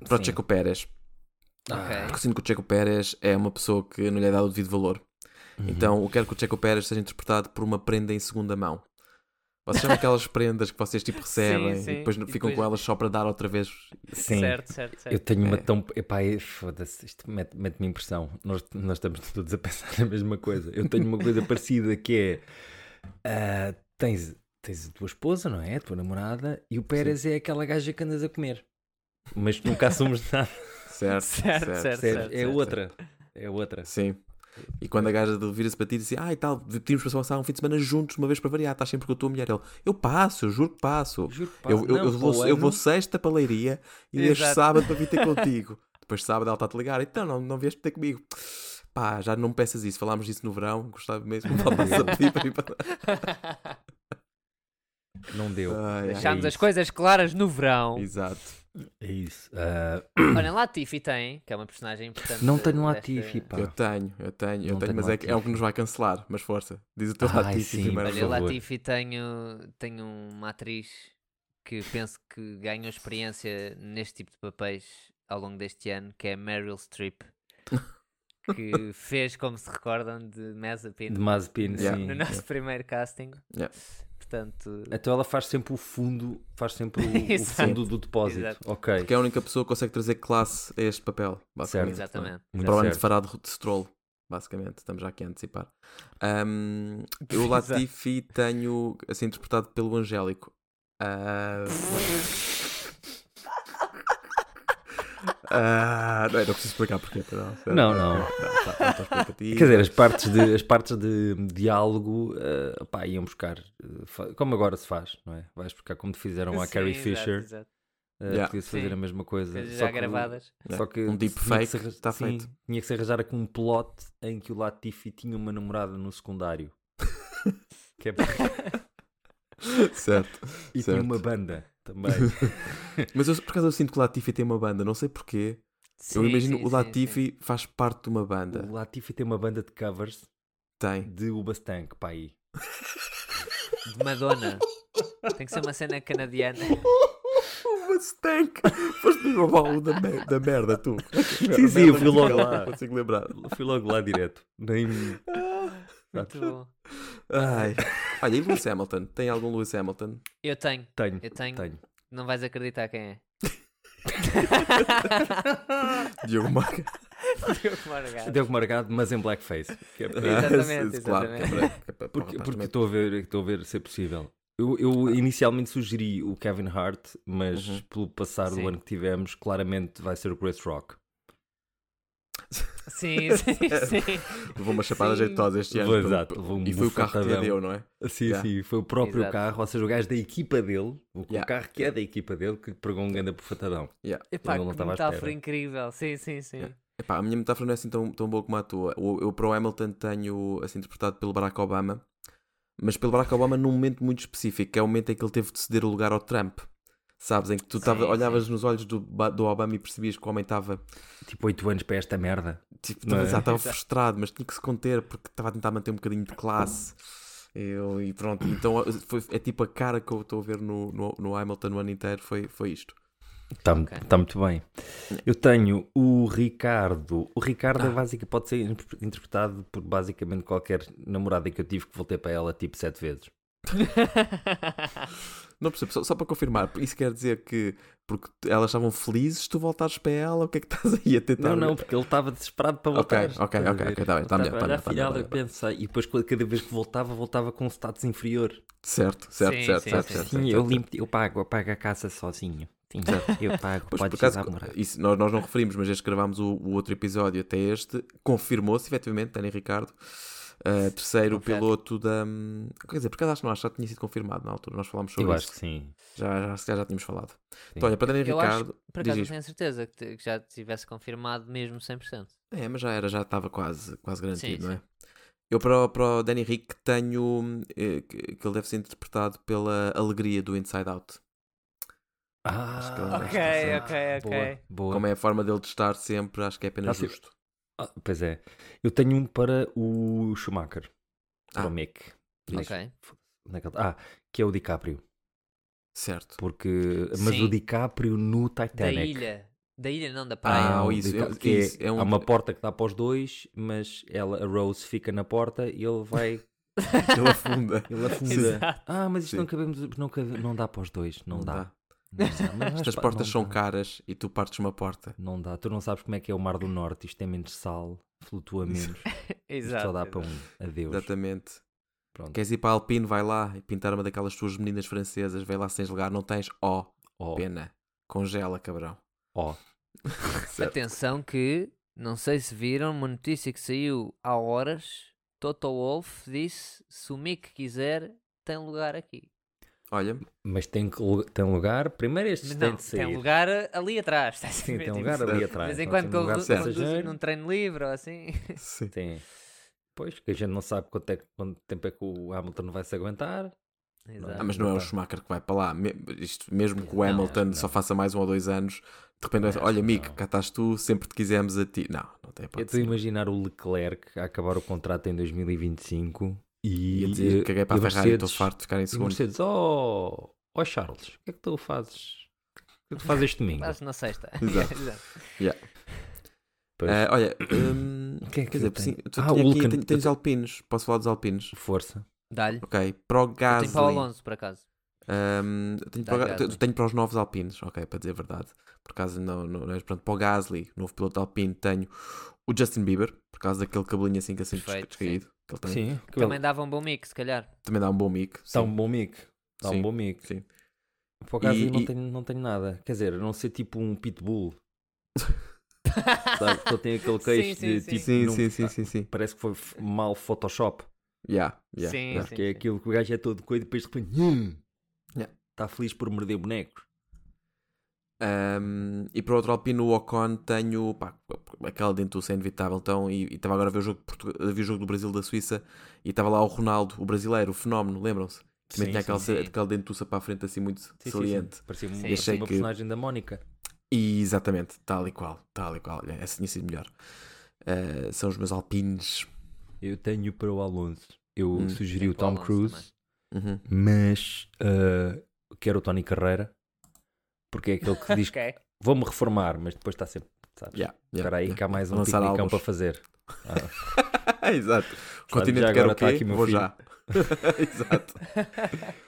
S1: para o
S2: Sim.
S1: Checo Pérez.
S3: Ok.
S2: Ah,
S1: Porque sinto que o Checo Pérez é uma pessoa que não lhe é dado o devido valor.
S3: Uhum.
S1: Então, eu quero que o Checo Pérez seja interpretado por uma prenda em segunda mão. Vocês sabem aquelas prendas que vocês tipo recebem
S3: <laughs> sim.
S1: e depois
S3: E
S1: ficam com
S3: depois-
S1: elas só para dar outra vez?
S2: Sim.
S3: Certo, certo, certo.
S2: Eu tenho uma
S1: É.
S2: tão. Epá, é- foda-se, isto mete- mete-me impressão. Nós, nós estamos todos a pensar <laughs> na mesma coisa. Eu tenho uma coisa parecida que é. ah, tens, tens a tua esposa, não é? A tua namorada. E o Pérez é aquela gaja que andas a comer. Mas nunca assumes nada.
S1: Certo,
S3: <laughs> Certo, certo.
S2: percebes? é
S1: certo,
S2: outra. É outra.
S1: Sim. E quando a gaja de- vira-se para ti e diz assim, ah, e tal, pedimos para passar um fim de semana juntos, uma vez para variar, estás sempre com a tua mulher. Ele, eu passo, eu juro que passo.
S2: Juro que
S1: eu, eu,
S2: não,
S1: eu vou,
S2: ao
S1: eu
S2: ano-
S1: vou sexta para a leiria e deixo
S3: Exato.
S1: sábado para vir
S2: <laughs>
S1: ter contigo. Depois de sábado ela está-te a ligar, então não, não vieste ter comigo. Pá, já não me peças isso, falámos disso no verão, gostava mesmo,
S2: <laughs>
S1: voltas a pedir para ir para...
S3: <laughs>
S2: Não deu.
S1: Ai, ai.
S3: Deixámos
S2: É
S3: as
S2: isso.
S3: coisas claras no verão. <clears throat>
S1: Exato.
S2: É isso. Ah,
S3: Olhem, Latifi tem, que é uma personagem importante.
S2: não tenho
S3: eh,
S2: um
S3: desta-
S2: Latifi, pá.
S1: Eu tenho, eu tenho, eu
S2: Não
S1: tenho,
S2: tenho
S1: mas é, que- é o que nos vai cancelar, mas força. Diz o teu
S2: Ai,
S1: Latifi
S2: sim,
S1: primeiro.
S2: por
S3: Olha,
S2: favor.
S3: Latifi tenho, tenho uma atriz que penso que ganhou experiência neste tipo de papéis ao longo deste ano, que é Meryl
S2: <laughs>
S3: Streep. Que fez, como se recordam, de Mazepin
S2: De Mazepin,
S1: Yeah.
S2: sim.
S3: no nosso primeiro casting.
S1: Yeah.
S3: Portanto,
S2: Então ela faz sempre o fundo, faz sempre o, o
S3: Exato.
S2: fundo do depósito.
S3: Exato.
S2: Ok.
S1: Porque é a única pessoa que consegue trazer classe a este papel. basicamente, não é?
S3: exatamente.
S2: Muito
S1: Para o ano
S2: certo.
S1: de fará de, de stroll, basicamente, estamos já aqui a antecipar. Ahm, eu
S2: <laughs>
S3: Exato.
S1: Latifi tenho assim interpretado pelo Angélico. Ah, <laughs> ah, não, eu não preciso explicar porque não,
S2: Não, não.
S1: tá, não estou explicativo.
S2: Quer
S3: <laughs>
S2: dizer, as partes de, as partes de diálogo eh, pá, iam buscar, eh, fa- como agora se faz, não é? Vais buscar como fizeram a
S3: Sim,
S2: Carrie
S3: exato,
S2: Fisher,
S3: exato.
S2: eh,
S1: Yeah.
S2: podia-se fazer
S3: Sim.
S2: a mesma coisa.
S3: Coisas
S2: só
S3: já
S2: que-
S3: gravadas.
S2: Só que
S1: Um deep
S2: tinha que
S1: fake
S2: se arran-
S1: está
S2: sim,
S1: feito.
S2: Tinha que se arranjar com um plot em que o Latifi tinha uma namorada no secundário. que é,
S1: <laughs> Certo.
S2: e tinha
S1: Certo.
S2: uma banda também.
S1: Mas eu, por acaso eu sinto que o Latifi tem uma banda, não sei porquê. eu
S3: Sim,
S1: imagino
S3: sim,
S1: o
S3: sim, sim.
S1: Latifi faz parte de uma
S2: o
S1: banda.
S2: Latifi tem uma banda de covers
S1: Tem.
S2: de Ubastank, pá aí.
S3: De Madonna. Tem que ser uma cena canadiana.
S1: Uma Stank! Foste mesmo ao baú da, mer- da merda, tu.
S2: Sim, sim, eu
S1: Merda
S2: fui logo
S1: musical,
S2: lá.
S1: não Consigo lembrar.
S2: Fui logo lá direto. Nem...
S3: Muito bom.
S1: Ai. Olha, e Lewis Hamilton? Tem algum Lewis Hamilton?
S3: Eu tenho,
S2: Tenho,
S3: eu tenho.
S2: tenho.
S3: Não vais acreditar quem é.
S1: Diogo Maga.
S2: Devo marcado, mas em blackface.
S1: <laughs>
S2: que é para-
S3: Exatamente,
S1: Ah, claro,
S3: exatamente.
S1: que é para- que é para-
S2: Porque,
S1: para-
S2: porque
S1: para-
S2: estou a ver, estou a ver se é possível. Eu, eu inicialmente sugeri o Kevin Hart, mas
S1: Ah. Uhum.
S2: pelo passar
S3: Sim.
S2: do ano que tivemos, claramente vai ser o Chris Rock.
S3: Sim, sim, sim.
S1: Levou uma chapada
S3: Sim.
S1: jeitosa este ano.
S2: Levou,
S1: é, pelo-
S2: exato, levou um
S1: E foi o carro que lhe
S2: bufetadão.
S1: deu, não é?
S2: Sim,
S1: Yeah.
S2: sim, foi o próprio
S3: Exato.
S2: carro, ou seja, o gajo da equipa dele, o, o
S1: Yeah.
S2: carro que é da equipa dele, que lhe pregou um grande aperfatadão.
S3: Epá,
S2: Eu não
S3: que
S2: estava à
S3: metáfora
S2: espera.
S3: incrível. Sim, sim, sim.
S1: Epá, a minha metáfora não é assim tão, tão boa como a tua. Eu, eu para o Hamilton tenho assim interpretado pelo Barack Obama, mas pelo Barack Obama num momento muito específico, que é o momento em que ele teve de ceder o lugar ao Trump. Sabes? Em que tu tava,
S3: Sim,
S1: olhavas nos olhos do, Ba- do Obama e percebias que o homem estava
S2: Tipo, 8 anos para esta merda.
S1: tipo,
S2: Não é?
S1: estava- estava frustrado, mas tinha que se conter porque estava a tentar manter um bocadinho de classe. Eu, e pronto, então foi- é tipo a cara que eu estou a ver no, no, no Hamilton o ano inteiro. Foi, foi isto.
S2: Está
S3: Ok.
S2: tá muito bem. Eu tenho o Ricardo. O Ricardo
S1: Ah.
S2: é básica, pode ser inter- interpretado por basicamente qualquer namorada que eu tive que voltei para ela tipo 7 vezes.
S1: Não percebo, só, só para confirmar, isso quer dizer que porque elas estavam felizes, tu voltares para ela, o que é que estás aí a tentar?
S2: Não, não, porque ele estava desesperado para
S1: Ok,
S2: voltar.
S1: ok,
S2: estás a
S1: ok,
S2: ver?
S1: ok, tá bem, tá
S2: Ele
S1: melhor, tá
S2: estava a
S1: melhor,
S2: olhar
S1: tá melhor,
S2: afinal,
S1: tá
S2: eu pensei. E depois, cada vez que voltava, voltava com um status inferior.
S1: Certo, certo,
S3: Sim,
S1: certo,
S3: sim,
S1: certo,
S3: sim.
S1: certo,
S2: Sim,
S1: certo,
S2: eu
S1: certo.
S2: limpo, eu pago, eu pago a casa sozinho. Sim, eu pago,
S1: Pois, por
S2: podes ir
S1: acaso,
S2: lá morar.
S1: isso, nós, nós não referimos, mas desde que gravámos o, o outro episódio até este, confirmou-se efetivamente, Dani Ricardo, eh, terceiro
S3: Confere.
S1: piloto da. Quer dizer, por acaso acho que não, acho que já tinha sido confirmado na altura, nós falámos sobre
S2: Eu acho
S1: isso.
S2: que sim.
S1: Já, já, se calhar já tínhamos falado.
S2: Sim.
S1: Então, olha, para Dani
S3: Eu acho-
S1: Ricardo.
S3: <laughs> Por
S1: Diz
S3: acaso não
S1: isto.
S3: tenho a certeza que, te- que já tivesse confirmado mesmo 100%.
S1: É, mas já era, já estava quase, quase garantido,
S3: Sim,
S1: não é? Eu para o, para o Danny Rick tenho eh, que que ele deve ser interpretado pela alegria do Inside Out. Acho que ele-
S2: Ah,
S1: acho que Ok, ele-
S3: ok, ok.
S2: Boa.
S1: Como é a forma dele de estar sempre, acho que é apenas
S2: Tá, sim.
S1: justo.
S2: Ah, pois é. Eu tenho um para o Schumacher. Para
S1: Ah.
S2: o Mick. Diz.
S3: Ok.
S2: Onde é que ele- Ah, que é o DiCaprio.
S1: Certo.
S2: Porque... Mas
S3: Sim.
S2: o DiCaprio no
S3: Da
S2: Titanic.
S3: ilha. Da ilha, não da
S1: Ah,
S3: praia.
S1: o
S2: o
S1: isso,
S2: DiCaprio,
S1: é-
S2: que é-
S1: isso, é um-
S2: Há uma porta que dá para os dois, mas ela, a Rose fica na porta e ele
S3: <laughs>
S2: vai...
S1: <laughs> Ele afunda.
S2: <laughs> Ele afunda.
S3: Exato.
S2: ah, mas isto
S1: Sim.
S2: não, cabemos, não, cabe, não dá para os dois. Não, dá. Não dá, mas
S1: Estas
S2: pá,
S1: portas
S2: não
S1: são
S2: dá.
S1: caras e tu partes uma porta.
S2: Não dá. Tu não sabes como é que é o Mar do Norte. Isto é menos sal, flutua menos. Isto
S3: Exato.
S2: só dá para
S3: exato.
S2: um. Adeus.
S1: Exatamente.
S2: Pronto.
S1: Queres ir para a Alpine? Vai lá e pintar uma daquelas tuas meninas francesas. Vai lá se tens lugar. Não tens? Ó,
S2: Ó,
S1: pena. Congela, cabrão.
S2: ó.
S1: Certo.
S3: Atenção que, não sei se viram, uma notícia que saiu há horas. Toto Wolff disse, se o Mick quiser, tem lugar aqui.
S1: Olha,
S2: <laughs> Mas tem, que lu- tem lugar. Primeiro estes
S3: Mas
S2: têm
S3: não,
S2: de sair.
S3: tem lugar ali atrás. estás a
S2: Sim,
S3: ver?
S2: tem
S3: Tipo,
S2: lugar
S1: certo.
S2: ali
S3: De
S2: atrás.
S3: vez em
S2: não
S3: quando
S2: tem um lugar
S3: condu-
S2: de
S1: certo.
S3: conduzem
S2: passageiro.
S3: num treino livre ou
S2: <laughs>
S3: assim.
S1: sim.
S2: Tem. Pois, que a gente não sabe quanto, é, que- quanto tempo é que o Hamilton vai se aguentar.
S1: Ah, mas não é o
S2: Tá.
S1: Schumacher que vai para lá. Me- Isto, mesmo que o
S2: Não,
S1: Hamilton
S2: acho que
S1: só
S2: não.
S1: faça mais um ou dois anos, de repente vai
S2: Acho
S1: dizer, olha,
S2: que
S1: Mick,
S2: não.
S1: cá estás tu, sempre te quisemos a ti. Não, não tem
S2: Eu estou a
S1: hipótese.
S2: imaginar o Leclerc a acabar o contrato em 2025 e. eh,
S1: E a dizer, caguei para a Ferrari, estou
S2: Mercedes-
S1: farto de ficar em
S2: E o
S1: segundo.
S2: Mercedes, oh, oh Charles, o que é que tu fazes? O que é que tu fazes este domingo?
S3: Mas
S2: <laughs>
S3: na sexta. <laughs>
S1: Exato.
S2: Pois.
S1: Ah,
S2: <coughs>
S1: olha, hum,
S2: que é que
S1: quer dizer,
S2: eu tenho?
S1: sim, tu tinha
S2: Ah, o
S1: aqui,
S2: Hulken-
S1: ten- tens alpinos, posso falar dos alpinos?
S2: Força.
S3: Dá-lhe.
S1: Ok, para o
S3: Eu Tenho para o
S1: Gasly.
S3: Alonso, por acaso.
S1: hum, eu tenho,
S3: Dá
S1: para o Ga-
S3: Gasly.
S1: eu tenho para os novos alpinos, ok, para dizer a verdade. Por acaso, não, não, não é- pronto, para o Gasly, novo piloto alpino, tenho o Justin Bieber, por causa daquele cabelinho assim que assim desca-
S3: Perfeito, sim.
S1: descaído. Que ele tem.
S2: Sim,
S3: Também dava um bom mic, se calhar.
S1: Também dá um bom mic.
S2: Está
S1: sim.
S2: um bom mic. Está
S1: Sim,
S2: um bom mic.
S1: sim.
S2: Por acaso
S1: E-
S2: eu não,
S1: e-
S2: tenho, não tenho nada. Quer dizer, a não ser tipo um pitbull.
S3: <laughs>
S2: Sabe? Que ele tem aquele queixo
S3: Sim,
S2: de <laughs>
S3: sim,
S2: tipo.
S1: Sim,
S2: não-
S1: sim, sim, sim, sim.
S2: Parece que foi f- mal Photoshop.
S1: Yeah, yeah,
S3: Sim,
S1: yeah.
S3: sim.
S2: que é aquilo que o gajo é todo coisa e depois de repente. hum,
S1: Yeah.
S2: Está feliz por morder bonecos.
S1: Um, e para o outro Alpino, o Ocon, tenho pá, aquela dentuça é inevitável. Então, e e estava agora a ver, o jogo de Portu- a ver o jogo do Brasil da Suíça e estava lá o Ronaldo, o brasileiro, o fenómeno, lembram-se? Também
S2: Sim,
S1: tinha aquela,
S3: sim.
S1: aquela dentuça para a frente assim muito
S2: Sim, sim, sim.
S1: saliente.
S2: Parecia,
S3: Sim.
S2: parecia
S1: Achei
S2: uma
S1: que-
S2: personagem da Mónica.
S1: E exatamente, tal e qual, tal e qual. Olha, Essa tinha sido melhor. Uh, são os meus alpines.
S2: Eu tenho para o Alonso. Eu
S1: Hum.
S2: sugeri
S3: Tenho
S2: o
S3: para o
S2: Tom
S3: Alonso
S2: Cruise,
S3: também.
S1: Uhum.
S2: mas ah, quero o Tony Carreira. Porque é aquele que <laughs> diz
S3: Ok.
S2: vou-me reformar, mas depois está sempre, sabes?
S1: Yeah, yeah,
S2: Espera aí que há mais um
S1: Lançar
S2: piquenicão
S1: álbuns.
S2: para fazer.
S1: <laughs>
S2: Ah,
S1: Exato. Continente
S2: já
S1: quer
S2: agora
S1: o
S2: está
S1: quê?
S2: aqui meu
S1: Vou
S2: filho.
S1: já. <laughs> Exato.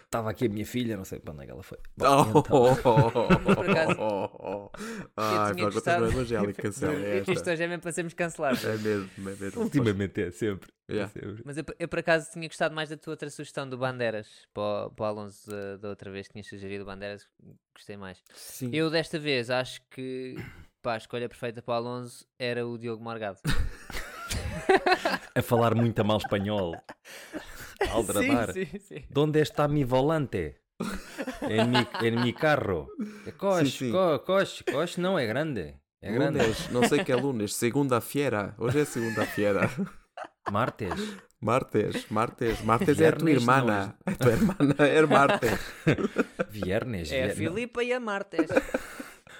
S2: Estava aqui a minha filha, não sei para onde é que ela foi. Bom,
S1: <laughs> Oh,
S2: então,
S1: oh, oh, oh,
S3: Por acaso,
S1: oh, oh, oh. <laughs> Ai, pá,
S3: tinha
S1: quantas
S3: gostado.
S1: no evangélico cancela é
S3: Isto
S1: esta.
S3: hoje é mesmo para sermos cancelados.
S1: É mesmo, é mesmo.
S2: <laughs> Ultimamente é sempre. é
S1: Yeah.
S2: sempre.
S3: Mas eu, eu, por acaso tinha gostado mais da tua outra sugestão do Bandeiras para, o- para o Alonso da, da outra vez. Tinha sugerido o Bandeiras, gostei mais.
S1: Sim.
S3: Eu desta vez acho que pá, a escolha perfeita para o Alonso era o
S1: <laughs>
S3: Diogo Morgado.
S2: A falar muito a mal <laughs> espanhol. Aldrabar.
S3: sim, sim, sim.
S2: Donde está mi volante? En mi, en
S1: <laughs>
S2: mi carro. É Coche,
S1: Sim, sim.
S2: co- coche, coche não é grande. É grande.
S1: Lunes, não sei que é lunes, segunda-feira. Hoje é segunda-feira.
S2: Martes.
S1: Martes, martes, martes é a tua
S2: Viernes não
S1: irmã. É tua irmã, é martes.
S2: Viernes.
S3: É a
S2: vier-
S3: Filipa e a Martes.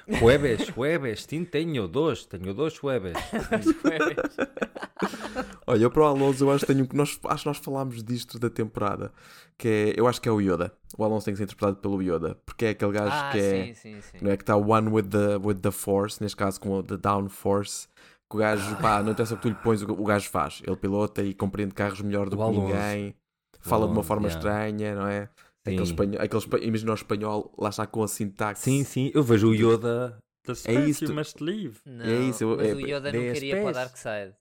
S2: não. Jueves, jueves. Sim, tenho dois. Tenho
S1: <laughs>
S2: dois jueves.
S3: <laughs>
S1: Olha, eu para o Alonso, eu acho que tenho um que nós, acho que nós falámos disto da temporada, que é, eu acho que é o Yoda. O Alonso tem que ser interpretado pelo Yoda, porque é aquele gajo
S3: ah,
S1: que é,
S3: sim, sim, sim.
S1: não é que está one with the with the force, neste caso com o the down force, que o gajo, pá, não interessa o que tu lhe pões, o o gajo faz. Ele pilota e compreende carros melhor do
S2: O
S1: que
S2: Alonso.
S1: ninguém. Fala de uma
S2: Alonso,
S1: forma
S2: yeah.
S1: estranha, não é? Aquele
S2: Sim.
S1: espanhol, aquele espa- imagina o espanhol, lá está com a sintaxe.
S2: sim, sim. Eu vejo o Yoda. The
S1: É isso.
S2: you must leave.
S3: Não,
S1: É isso, eu-
S3: mas
S1: é-
S3: o Yoda
S2: dei
S3: não
S2: as
S3: queria para o
S2: pés.
S3: Dark Side.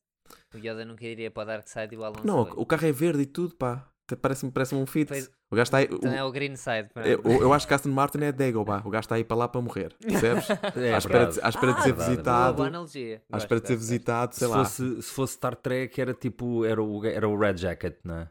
S3: O Yoda não queria para o Dark Side e o Alonso.
S1: Não,
S3: foi.
S1: o carro é verde e tudo, pá. Até Parece-me parece um fit.
S3: Pois-
S1: O gajo está aí.
S3: Então
S1: o-
S3: é o Green Side. pronto.
S1: Eu, eu acho que Aston Martin é Dagobah. O gajo está aí para lá para morrer. Percebes?
S2: <laughs> É,
S1: à espera
S2: verdade.
S1: de, à espera de ser
S2: verdade,
S1: visitado.
S3: Ah, Boa analogia.
S1: à
S3: Gosto,
S1: espera de ser
S3: gosto, gosto.
S1: visitado, sei
S2: se,
S1: lá.
S2: fosse, se fosse Star Trek, era tipo. Era o, era o Red Jacket, não é?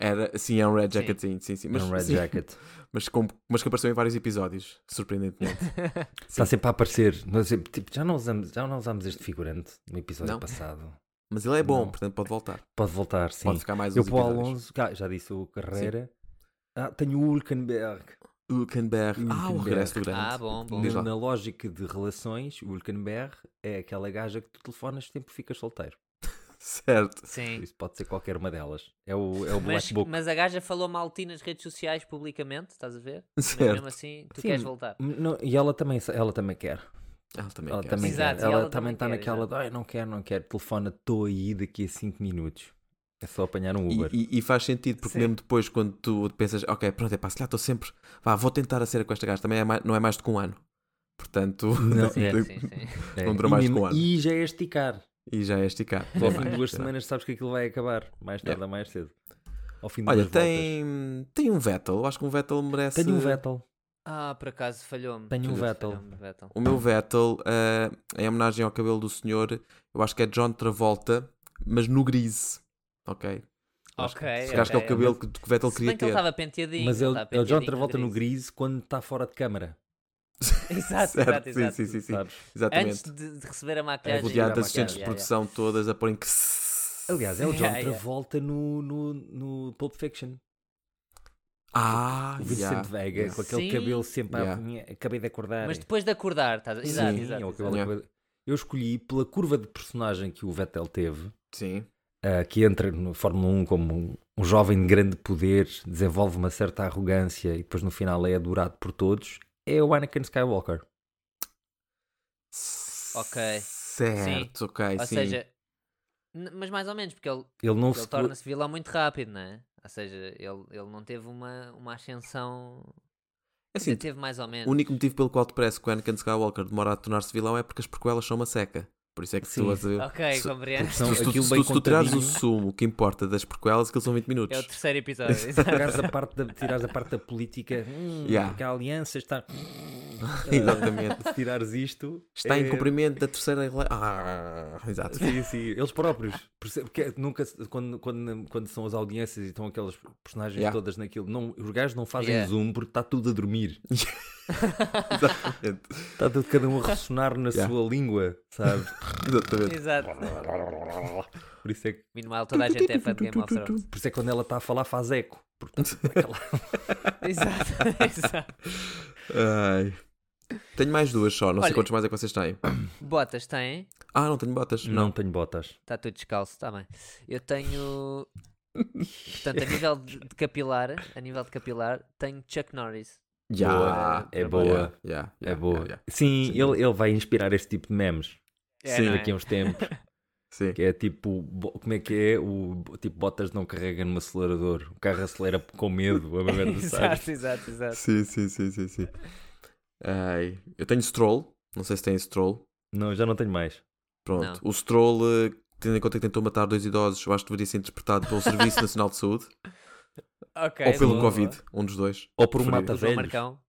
S1: Era, sim, é um Red Jacket, sim, sim, sim. Mas,
S2: Era um Red
S1: <laughs> sim,
S2: Jacket.
S1: Mas, com, mas que apareceu em vários episódios, surpreendentemente. <laughs>
S2: Está sempre a aparecer. Não é sempre- tipo, já, não usamos, já não usamos este figurante no episódio
S1: Não.
S2: passado.
S1: Mas ele é bom,
S2: Não.
S1: portanto pode voltar.
S2: Pode voltar, sim.
S1: Pode ficar mais
S2: Eu
S1: uns
S2: para o
S1: episódios.
S2: Alonso, cá, já disse o Carreira. Ah, tenho o Hülkenberg.
S1: Hülkenberg. Ah, o
S2: Hülkenberg.
S1: regresso do grande.
S3: Ah, bom, bom.
S1: Diz lá.
S2: Na lógica de relações, o Hülkenberg é aquela gaja que tu telefonas sempre que ficas solteiro.
S1: Certo.
S3: Sim.
S2: Por isso pode ser qualquer uma delas. É o, é o
S3: Mas,
S1: um
S2: Black Book.
S3: mas a gaja falou mal de ti nas redes sociais publicamente, estás a ver? Mas
S1: Certo.
S3: mesmo assim, tu
S2: Sim.
S3: queres voltar.
S2: Não, e ela também, ela também quer.
S1: Ela também
S2: Ela
S1: quer.
S2: também,
S1: sim.
S3: Exato,
S2: quer.
S3: e
S2: Ela
S3: ela
S2: também
S3: também
S2: está
S3: quer,
S2: naquela de ai, não quero, não quero. Telefona, estou aí daqui a 5 minutos. É só apanhar um Uber.
S1: E, e- e faz sentido, porque
S3: Sim.
S1: mesmo depois, quando tu pensas, ok, pronto, é pá, se calhar estou sempre, vá, vou tentar a cera com esta gaja, também é mais- não é mais do que um ano. Portanto, <laughs>
S2: Não,
S3: É,
S2: é.
S3: sim, sim.
S2: É,
S1: Não dura
S2: e
S1: mais que
S2: mesmo-
S1: um ano.
S2: E já é esticar.
S1: e já é esticar.
S2: Ao
S1: Não
S2: fim
S1: vai, <laughs>
S2: de duas
S1: não.
S2: semanas sabes que aquilo vai acabar. Mais tarde
S1: Yeah.
S2: ou mais cedo. Ao fim de
S1: Olha,
S2: duas voltas.
S1: tem, tem um Vettel, eu acho que um Vettel merece.
S2: Tenho um Vettel.
S3: <laughs> Ah, por acaso falhou-me.
S2: Tenho um
S3: Falhou-me,
S2: Vettel.
S3: falhou-me, Vettel.
S1: O meu Vettel, eh, em homenagem ao cabelo do senhor, eu acho que é John Travolta, mas no grise. Ok? Acho
S3: Ok.
S1: Se calhar acho que é o
S3: ok.
S1: cabelo que, que o Vettel
S3: Se bem
S1: queria
S3: que ele
S1: ter. <laughs>
S3: estava penteadinho.
S2: Mas é
S3: ele tá
S2: o, é
S3: tava
S2: o John
S3: penteadinho,
S2: Travolta no grise quando está fora de câmara.
S3: <laughs> Exato,
S1: Certo,
S3: exato,
S1: sim,
S3: exato.
S1: sim, sim, sim.
S2: Sabes?
S1: Exatamente.
S3: Antes de, de receber a
S2: É
S3: maquiagem.
S1: Rodeado de
S2: Gira a
S1: assistentes de
S2: maquiagem,
S1: produção todas a porem que.
S2: Aliás, é o John
S3: <laughs> Yeah, yeah.
S2: Travolta no, no, no Pulp Fiction.
S1: Ah,
S2: O Vincent
S1: yeah,
S2: Vega,
S1: yeah.
S2: com aquele
S3: Sim.
S2: cabelo sempre
S1: Yeah.
S2: a punha, acabei de acordar.
S3: Mas depois de acordar, estás Exato,
S1: Sim,
S3: exato.
S2: ou
S3: exato.
S2: aquele-
S1: Yeah.
S2: Eu escolhi pela curva de personagem que o Vettel teve,
S1: Sim.
S2: ah, que entra no Fórmula 1 como um, um jovem de grande poder, desenvolve uma certa arrogância e depois no final é adorado por todos, é o Anakin Skywalker.
S3: Ok.
S1: Certo, ok,
S3: Ou
S1: sim. É
S3: seja, n- mas mais ou menos, porque ele,
S2: Ele não
S3: ele
S2: se...
S3: torna-se vilão muito rápido, não é? Ou seja, ele, ele não teve uma, uma ascensão.
S1: Assim,
S3: Ainda teve mais ou menos.
S1: O único motivo pelo qual te parece que o Anakin Skywalker demora a tornar-se vilão é porque as prequelas são uma seca. Por isso é que
S2: Sim.
S1: tu as...
S3: Ok,
S1: se-
S3: compreendo.
S2: Não,
S1: se, tu-
S2: aquilo
S1: se
S2: bem
S1: tu, se tu tirares o
S2: contadinho.
S1: sumo que importa das prequelas, aquilo são 20
S3: É o
S1: <laughs> minutos.
S3: terceiro episódio. exato.
S2: tirares a parte da, tirares a parte da política, hum,
S1: Yeah.
S2: porque a aliança está.
S1: Exatamente.
S2: Se tirares isto.
S1: Está em
S2: é-
S1: cumprimento da terceira lei. Ah,
S3: <laughs>
S1: exato.
S2: Sim, sim, eles próprios. Perce- Porque é, nunca, se- quando, quando, quando são as audiências e estão aquelas personagens
S1: Yeah.
S2: todas naquilo, não, os gajos não fazem
S3: Yeah.
S2: zoom porque está tudo a dormir.
S1: Exatamente.
S2: Está tudo cada um a ressonar na
S1: Yeah.
S2: sua língua, sabe?
S1: Exatamente.
S3: Exato.
S2: Por isso, é que,
S3: Minimal, toda a gente é fã de Game of Thrones.
S2: por isso é que quando ela está a falar faz eco. Porque está tudo aquela-
S3: Exato, exato.
S1: <laughs> Ai. Tenho mais duas só, não sei
S3: Olha-
S1: quantos mais é que vocês têm.
S3: Botas têm?
S1: Ah, não tenho botas.
S2: não.
S1: Não.
S2: tenho botas.
S3: Está tudo descalço, está bem. Eu tenho. Portanto, a nível de de capilar, a nível de capilar, tenho Chuck Norris.
S1: Yeah,
S2: É boa.
S1: yeah,
S2: É
S1: yeah,
S2: boa.
S1: yeah, yeah.
S2: Sim,
S1: Sim.
S2: Ele, ele vai inspirar esse tipo de memes
S3: É,
S1: Sim.
S3: não é?
S2: daqui a <laughs> uns tempos.
S1: Sim.
S2: que é tipo, bo- como é que é? O bo- tipo, botas não carrega no acelerador. O carro acelera com medo. A merda, sabes?
S3: exato, exato, exato.
S1: Sim, sim, sim, sim, sim. Ai, eu tenho Stroll, não sei se tem Stroll.
S2: Não, já não tenho mais.
S1: Pronto. O Stroll, eh, tendo em conta que tentou matar dois idosos, eu acho que deveria ser interpretado pelo Serviço Nacional de Saúde
S3: Ok,
S1: ou pelo
S3: boa,
S1: Covid, um dos dois.
S2: Ou por um
S1: Preferia.
S3: boa.
S2: mata
S3: O João
S2: velhos.
S3: Marcão.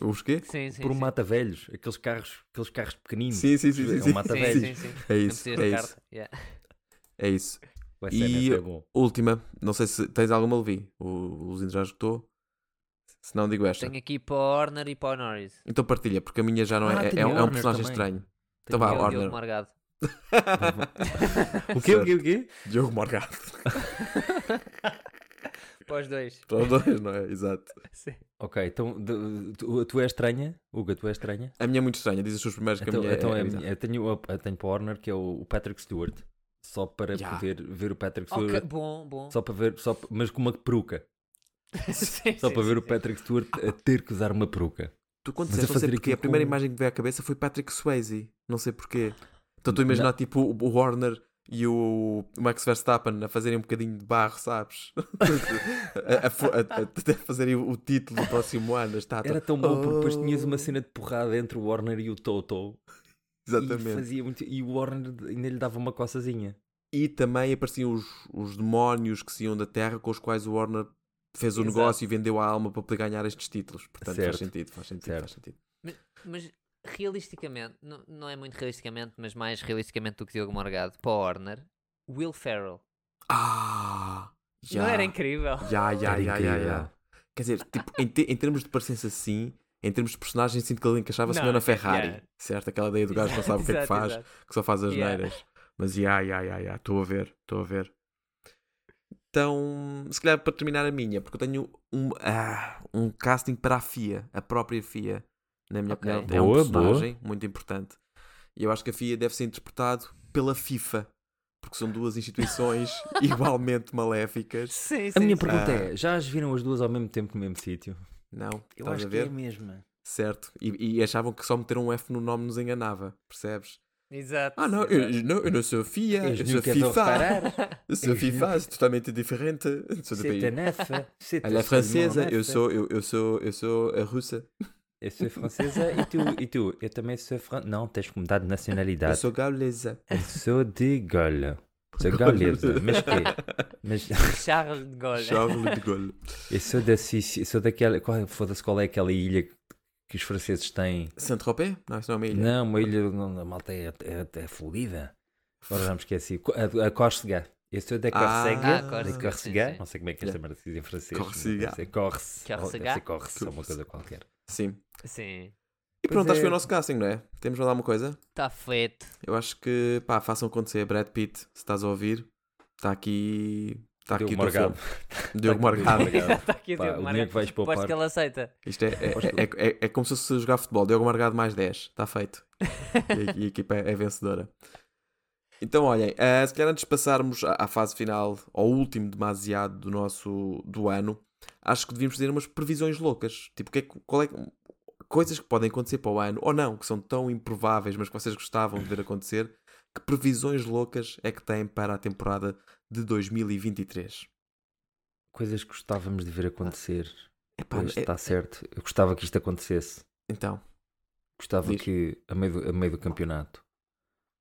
S1: Os quê?
S3: Sim, sim.
S2: Por um
S3: sim.
S2: mata velhos. Aqueles carros, aqueles carros pequeninos.
S1: Sim, sim, sim, sim,
S2: É um
S1: sim.
S2: mata
S3: Sim,
S2: velhos.
S3: sim, um sim. Não
S1: É isso,
S3: precisas de
S1: é isso,
S3: carta. Yeah.
S1: é isso.
S2: O SNS
S1: E-
S2: é bom.
S1: Última, não sei se tens alguma, Levi. O Luzindo já esgotou. Se não, digo esta.
S3: Tenho aqui para o Horner e para o Norris.
S1: Então partilha, porque a minha já não é.
S2: Ah,
S1: é-
S2: tenho
S1: é um- é um
S2: Horner
S1: personagem
S2: também.
S1: estranho. Então vá,
S3: Que é o Diogo
S1: Horner.
S3: Morgado. <laughs>
S2: O quê? O quê? O quê?
S1: Diogo Morgado.
S3: <laughs> Para os dois.
S1: Para os dois, não é? Exato.
S3: Sim.
S2: Ok, então de- tu, tu és estranha? Hugo, tu és estranha?
S1: A minha é muito estranha, diz os seus primeiros que a
S2: Então,
S1: minha é-
S2: então
S1: é.
S2: é-
S1: bizarra.
S2: eu, tenho, o- eu tenho para o Horner que é o, o Patrick Stewart. Só para
S1: Yeah.
S2: poder ver o Patrick Stewart.
S3: Ok, bom, bom.
S2: Só para ver, só, pa- mas com uma peruca.
S3: <laughs> Sim,
S2: Só
S3: sim,
S2: para ver
S3: sim, Ah.
S2: o
S3: sim.
S2: Patrick Stewart a ter que usar uma peruca.
S1: Tu quando
S2: Mas a
S1: disseste, não sei
S2: fazer
S1: porquê, a
S2: aquilo
S1: primeira
S2: com-
S1: imagem que veio à cabeça foi Patrick Swayze. Não sei porquê. Então estou a imaginar tipo o o Horner e o Max Verstappen a fazerem um bocadinho de barro, sabes? <laughs> a, a fo- a- a- a fazerem o título do próximo ano, a estátua.
S2: Era tão bom porque depois
S1: Ah, tá. Oh.
S2: tinhas uma cena de porrada entre o Warner e o Toto. E,
S1: Exatamente.
S2: fazia muito, e o Warner ainda lhe dava uma coçazinha.
S1: E, também apareciam os, os demónios que se iam da Terra com os quais o Warner fez o
S3: Exato.
S1: negócio e vendeu a alma para poder ganhar estes títulos. Portanto, faz
S2: Certo.
S1: sentido, faz sentido, faz
S2: Certo.
S1: sentido.
S3: Mas realisticamente, não, não é muito realisticamente, mas mais realisticamente do que Diogo Morgado, para o Horner, Will Ferrell.
S1: Ah!
S3: Não
S1: já.
S3: era incrível?
S1: Já, já,
S2: Era
S1: já, já,
S2: incrível.
S1: já. Quer dizer, tipo, em, te- em termos de parecença, sim. Em termos de personagem, sinto que ele encaixava-se
S3: Não,
S1: melhor na
S3: yeah.
S1: Ferrari. Certo? Aquela ideia do gajo que não sabe o que é que
S3: Exato,
S1: faz,
S3: exato.
S1: que só faz as
S3: Yeah.
S1: neiras. Mas já, já, já, já. Estou a ver, estou a ver. Então, se calhar para terminar a minha, porque eu tenho um, ah, um casting para a FIA, a própria FIA, na minha
S3: Ok.
S1: opinião. É um
S2: Boa,
S1: personagem muito importante. E eu acho que a FIA deve ser interpretado pela FIFA, porque são duas
S3: <laughs>
S1: instituições igualmente maléficas.
S3: Sim,
S2: A
S3: sim,
S2: minha
S3: sim.
S2: pergunta
S1: Ah.
S2: é: já as viram as duas ao mesmo tempo no mesmo sítio?
S1: Não, estás a ver?
S2: é mesma.
S1: Certo. E, e achavam que só meter um F no nome nos enganava, percebes?
S3: Exato.
S1: Ah, não, eu,
S3: exato.
S1: eu não, eu não sou a FIA, É, eu,
S2: Eles
S1: sou a
S2: nunca vão
S1: FIFA.
S2: reparar.
S1: Eu <laughs> sou a
S2: Eles
S1: FIFA, sou totalmente diferente. Sou do
S2: C'est
S1: país.
S2: un F. C'est
S1: Ela é
S2: un
S1: francesa, eu
S2: F.
S1: sou, eu, eu sou, eu sou a russa.
S2: Eu sou francesa e tu, e tu? Eu também sou francesa. Não, tens que mudar de
S1: Eu
S2: nacionalidade.
S1: sou gaulesa.
S2: Eu sou de Gaulle. Sou gaulesa. Mas quê?
S1: <laughs>
S2: Mas
S3: Charles de Gaulle.
S1: Charles de Gaulle.
S2: eu sou da Sícia. Sou daquela. Qual, foda-se, qual é aquela ilha que os franceses têm?
S1: Saint-Tropez? Não, isso não é uma ilha.
S2: Não, uma ilha. Não, a malta é, é, é Florida. Agora já me esqueci. Co- A, a Córcega. Eu sou da Córcega.
S3: Ah, Córcega,
S2: de
S3: sim,
S2: Córcega.
S3: sim.
S2: Não sei como é que esta merda se diz em francês. mas
S1: Córcega.
S2: deve ser Corse. Ou deve
S3: Córcega.
S2: ser Corse. ou uma coisa qualquer.
S1: Sim.
S3: Sim.
S1: E pronto,
S2: Pois
S1: acho que foi
S2: é.
S1: o nosso casting, não é? Temos mais alguma coisa?
S3: Está feito.
S1: Eu acho que, pá, façam acontecer. Brad Pitt, se estás a ouvir, está aqui. Está
S2: Diogo
S1: um Tá aqui o teu
S2: Morgado.
S1: filme. <laughs> Diogo Morgado.
S2: Obrigado.
S3: Está aqui
S2: Pá,
S3: <laughs> Diogo
S2: o
S3: Morgado.
S2: dinheiro que vais
S3: Aposto
S2: poupar.
S3: que ele <laughs> aceita.
S1: Isto é, é, é, é, é como se fosse jogar futebol. Diogo Margado mais 10. Está feito. E a, e a equipa é, é vencedora. Então, olhem, eh, se calhar antes de passarmos à, à fase final, ao último demasiado do nosso do ano, acho que devíamos fazer umas previsões loucas. Tipo, que é que- qual é que- coisas que podem acontecer para o ano, ou não, que são tão improváveis, mas que vocês gostavam de ver acontecer. Que previsões loucas é que têm para a temporada de 2023?
S2: Coisas que gostávamos de ver acontecer.
S1: Epá,
S2: Pois,
S1: é-
S2: está certo. Eu gostava que isto acontecesse.
S1: então,
S2: Gostava
S1: Diz.
S2: que, a meio, do, a meio do campeonato,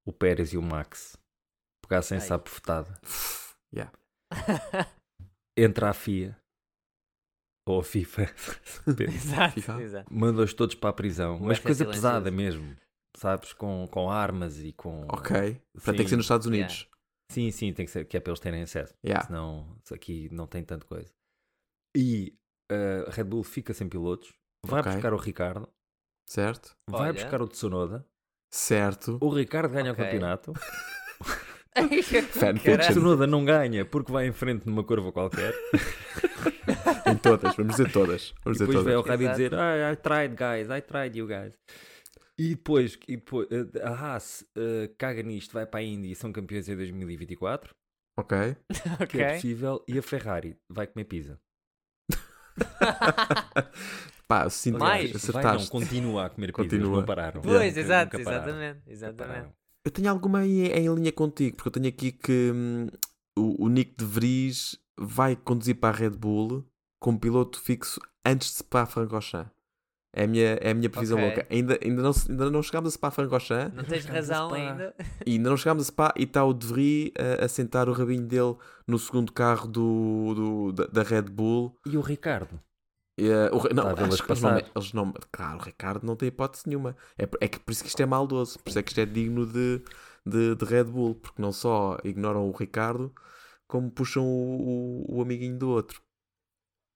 S2: o Pérez e o Max pegassem-se
S3: Ai.
S2: à profetada.
S1: yeah.
S2: Entra a FIA ou a FIFA, <laughs> depende,
S3: exato,
S1: Fica.
S3: <laughs> exato.
S2: manda-os todos para a prisão.
S3: O
S2: Mas
S3: F é
S2: coisa
S3: silencioso.
S2: pesada mesmo. Sabes? Com, com armas e com.
S1: ok. Para ter que ser nos Estados
S3: yeah.
S1: Unidos.
S2: Sim, sim, tem que ser. Que é para eles terem acesso.
S1: Yeah.
S2: Senão, isso aqui não tem tanta coisa. E a Red Bull fica sem pilotos. Vai
S1: Ok.
S2: buscar o Ricardo.
S1: Certo?
S2: Vai
S3: Olha.
S2: buscar o Tsunoda.
S1: Certo.
S2: O Ricardo ganha
S3: Ok.
S2: o
S3: <laughs>
S2: campeonato.
S1: Fan
S2: O
S1: Caralho.
S2: Tsunoda não ganha porque vai em frente numa curva qualquer.
S1: Em todas, vamos dizer todas.
S2: e
S1: Vamos dizer todas.
S2: depois vai ao rádio
S3: Exato.
S2: dizer "Ah, I tried guys, I tried you guys. E depois, e depois eh, a Haas eh, caga nisto, vai para a Índia e são campeões em 2024,
S1: Ok.
S2: que é
S3: ok.
S2: possível, e a Ferrari vai comer pizza.
S1: Pá, sinto
S3: Mais?
S1: que
S2: Vai, não,
S1: acertaste.
S2: continua a comer pizza,
S1: Continua.
S2: eles não pararam.
S3: Pois,
S2: Nunca
S3: exato,
S2: pararam,
S3: exatamente.
S2: nunca pararam.
S3: Exatamente.
S1: Eu tenho alguma em, em linha contigo, porque eu tenho aqui que hum, o, o Nick de Vries vai conduzir para a Red Bull como piloto fixo antes de Spa-Francorchamps. É a minha, é a minha previsão
S3: Ok.
S1: louca. Ainda, ainda, não, se- ainda não chegámos a Spa-Francorchamps
S3: Não tens razão ainda.
S1: e ainda não chegámos a Spa e está o de Vries a, a sentar o rabinho dele no segundo carro do, do- da, da Red Bull.
S2: E o Ricardo?
S1: E, eh, o Re- não,
S2: Tá a vê-las
S1: acho que eles não,
S2: passar.
S1: eles não- Claro, o Ricardo não tem hipótese nenhuma. É, por- é que por isso que isto é maldoso, por isso é que isto é digno de, de, de Red Bull, porque não só ignoram o Ricardo, como puxam o, o- o amiguinho do outro.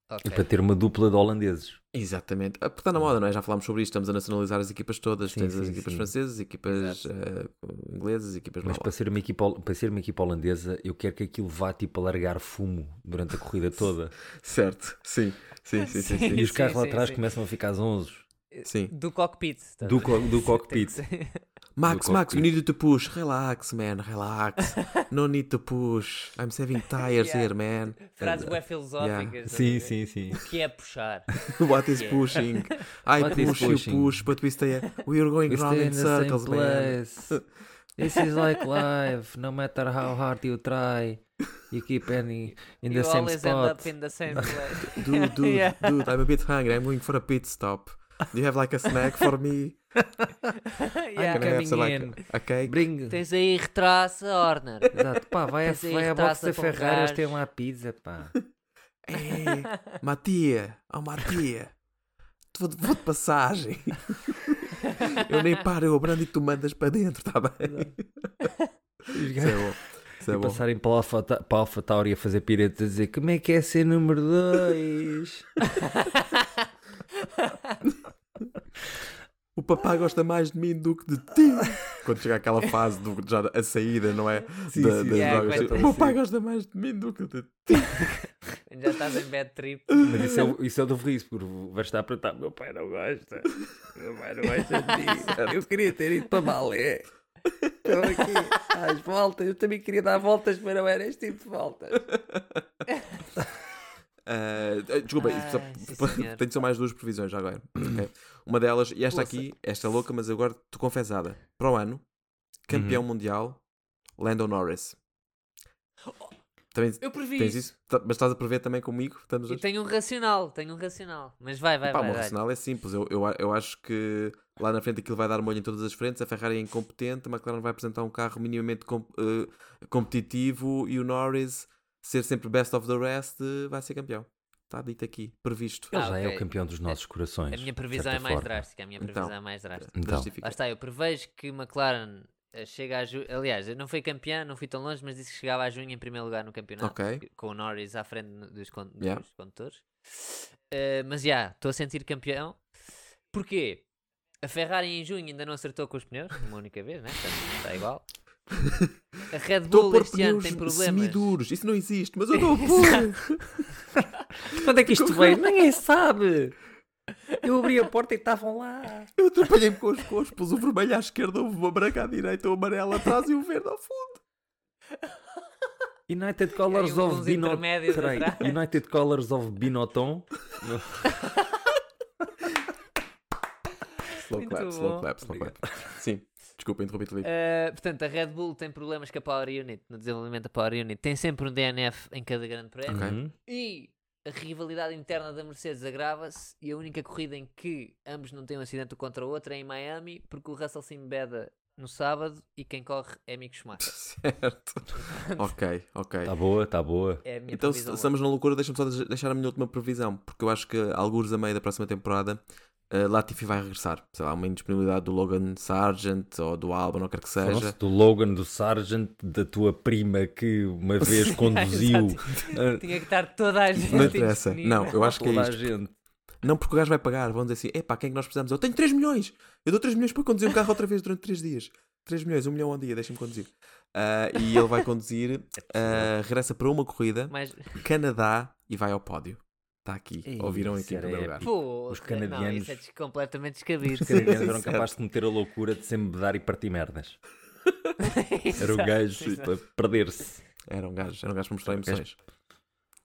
S2: E
S3: Ok.
S2: É para ter uma dupla de holandeses.
S1: Exatamente. Ah, porque está na moda, não é? Já falámos sobre isto, estamos a nacionalizar as equipas todas.
S2: Sim,
S1: Tens as
S2: sim,
S1: equipas
S2: sim.
S1: francesas, equipas
S3: Exato.
S1: eh, inglesas, equipas
S2: Mas
S1: blá,
S2: para
S1: blá.
S2: ser, uma equipa, hol- para ser uma equipa holandesa, eu quero que aquilo vá tipo a largar fumo durante a corrida <laughs> toda.
S1: Certo, sim, sim, sim, sim. sim.
S2: E os
S3: Sim,
S2: carros lá
S3: sim,
S2: atrás
S3: sim.
S2: começam a ficar zonzos.
S1: Sim.
S3: Eh, Do cockpit. tá-
S2: Do <laughs> co- do
S3: Tem que
S2: cockpit.
S3: ser- <laughs>
S1: Max,
S2: Do
S1: Max, we
S2: cockpit.
S1: need to push. Relax, man, relax. no need to push. I'm saving tires
S3: Yeah.
S1: here, man.
S3: Frases bué filosóficas. estás a
S2: Sim,
S3: ver?
S2: sim, sim.
S3: O que é puxar?
S1: <laughs> What is <laughs> pushing? I
S2: What is
S1: push, you
S2: pushing?
S1: push, but we stay. We are going
S2: é
S1: round in circles, man.
S2: This is <laughs> like life, no matter how hard you try, you keep any in
S3: you always end up in the
S2: <laughs>
S3: same place.
S1: Dude, <laughs> dude,
S3: Yeah.
S1: dude, I'm a bit hungry. I'm going for a pit stop. Do you have like a snack for me? <laughs>
S3: Yeah.
S1: Can I have
S2: coming
S1: some, like
S2: in.
S1: a cake?
S2: Bring.
S3: Tens aí retraça, Horner.
S2: Exato, pá, vai, é, a-
S3: Tens aí
S2: vai à boxe
S3: traça
S2: da
S3: com
S2: Ferrari, eles têm
S3: gás.
S2: lá a pizza, pá.
S1: <laughs> Ei, Matia, Eh, oh Matia, tu- vou, vou de <laughs> passagem. Eu nem paro, eu abrando e tu mandas para dentro, tá bem?
S2: <laughs> Os
S1: Isso é
S2: gajos
S1: bom. Isso é bom.
S2: passarem para a Alfa, para a Alfa Tauri a fazer piretas a dizer como é que é ser número 2?
S1: O papá gosta mais de mim do que de ti. Quando chega aquela fase do, já a saída, não é? Da-
S2: Sim, sim,
S1: das
S2: sim.
S3: Yeah,
S1: drogas.
S3: quando-
S1: o papá gosta mais de mim do que de ti.
S3: Já estás em bad trip.
S2: Mas isso é, o- isso é o do Verriz, porque o Verstappen está. Meu pai não gosta. Meu pai não gosta de mim. Eu queria ter ido para Malé. Estou aqui às voltas. Eu também queria dar voltas, mas não era este tipo de voltas.
S1: Ah, ah, desculpa,
S3: Ai,
S1: só-
S3: sim,
S1: só- <laughs>
S3: senhor.
S1: tenho só mais duas previsões já agora. ok? Uma delas, e esta aqui, esta é louca, mas agora estou confessada. Para o ano, campeão mundial, Lando Norris. Também
S3: Eu previ
S1: tens
S3: isso.
S1: isso? Ta- Mas estás a prever também comigo? Estamos
S3: E
S1: a...
S3: tenho um racional, tenho um racional. Mas vai, vai,
S1: Pá, o
S3: vai.
S1: meu
S3: vai.
S1: racional é simples. Eu, eu, a- eu acho que lá na frente aquilo vai dar molho em todas as frentes. A Ferrari é incompetente, a McLaren vai apresentar um carro minimamente com- eh, competitivo e o Norris ser sempre best of the rest eh, vai ser campeão. Está dito aqui, previsto.
S2: Ele
S3: Ah,
S2: já é
S3: ok.
S2: o campeão dos nossos corações.
S3: A minha
S2: de
S3: previsão é
S2: certa
S3: mais
S2: forma.
S3: drástica. A minha
S1: Então.
S3: previsão é mais drástica.
S2: Então.
S1: Justifica.
S3: Lá está, eu prevejo que McLaren eh, chega a junho. Aliás, eu não fui campeã, não fui tão longe, mas disse que chegava a junho em primeiro lugar no campeonato.
S1: Ok.
S3: Com o Norris à frente no- dos, con-
S1: Yeah.
S3: dos condutores. Eh, mas já, estou a sentir campeão. Porquê? A Ferrari em junho ainda não acertou com os pneus, uma única vez, né? Portanto, está igual. A Red
S1: Estou a
S3: Bull
S1: pôr
S3: este ano
S1: pneus
S3: tem problemas.
S1: semiduros, isso não existe, mas eu
S3: <laughs>
S1: estou a pôr.
S2: Quando é que isto veio? Ninguém sabe. Eu abri a porta e estavam lá.
S1: Eu atrapalhei-me com os cores, pus o vermelho à esquerda, houve uma branca à direita, o amarelo atrás e o verde ao fundo.
S2: United Colors
S3: E aí,
S2: of
S3: uns
S2: Binotton.
S3: intermédios atrás.
S2: United Colors of Binotton.
S1: Slow
S3: Muito
S1: clap, slow
S3: bom.
S1: clap, slow clap. Sim, desculpa, interrompi-te ali.
S3: Uh, portanto, a Red Bull tem problemas com a Power Unit, no desenvolvimento da Power Unit. Tem sempre um DNF em cada grande prémio.
S1: Ok.
S2: Uhum.
S3: E a rivalidade interna da Mercedes agrava-se. E a única corrida em que ambos não têm um acidente um contra o outro é em Miami, porque o Russell se embeda no sábado e quem corre é Mick Schumacher.
S1: Certo. ok, ok.
S2: Tá boa, tá boa.
S3: É a minha
S1: Então, se
S3: previsão
S1: estamos na loucura, deixa-me só de- deixar a minha última previsão, porque eu acho que, alguns a meio da próxima temporada, eh, Latifi vai regressar. Sei lá, uma indisponibilidade do Logan Sargent ou do Albon, ou quer que
S2: Falaste
S1: seja.
S2: do Logan, do Sargent, da tua prima que
S3: <laughs>
S2: uma vez conduziu.
S3: hoje. Tinha que estar toda a gente.
S1: Não interessa.
S3: indisponível.
S1: Não, eu acho que é
S2: toda
S1: isto.
S2: a gente.
S1: Não porque o gajo vai pagar, vão dizer assim: epá, quem é que nós precisamos? Eu tenho 3 milhões, eu dou 3 milhões para conduzir um carro outra vez durante 3 dias. 3 milhões, 1 milhão ao dia, deixem-me conduzir. Ah, e ele vai
S2: <laughs> É
S1: conduzir, ah, regressa para uma corrida,
S3: Mas,
S1: Canadá e vai ao pódio. Está aqui,
S2: Ei,
S1: ouviram
S2: isso
S1: aqui em
S2: era
S1: primeiro lugar.
S2: épico.
S3: pô,
S2: Os
S3: Não,
S2: canadianos-
S3: isso é des- completamente descabido.
S2: Os canadianos eram um
S3: <laughs>
S1: certo.
S2: capazes de cometer a loucura de se embedar e partir merdas. Era o
S3: Exato,
S2: gajo tipo.
S3: exato.
S2: para perder-se.
S1: Era um gajo, era um gajo para mostrar
S2: Era um gajo-
S1: emoções.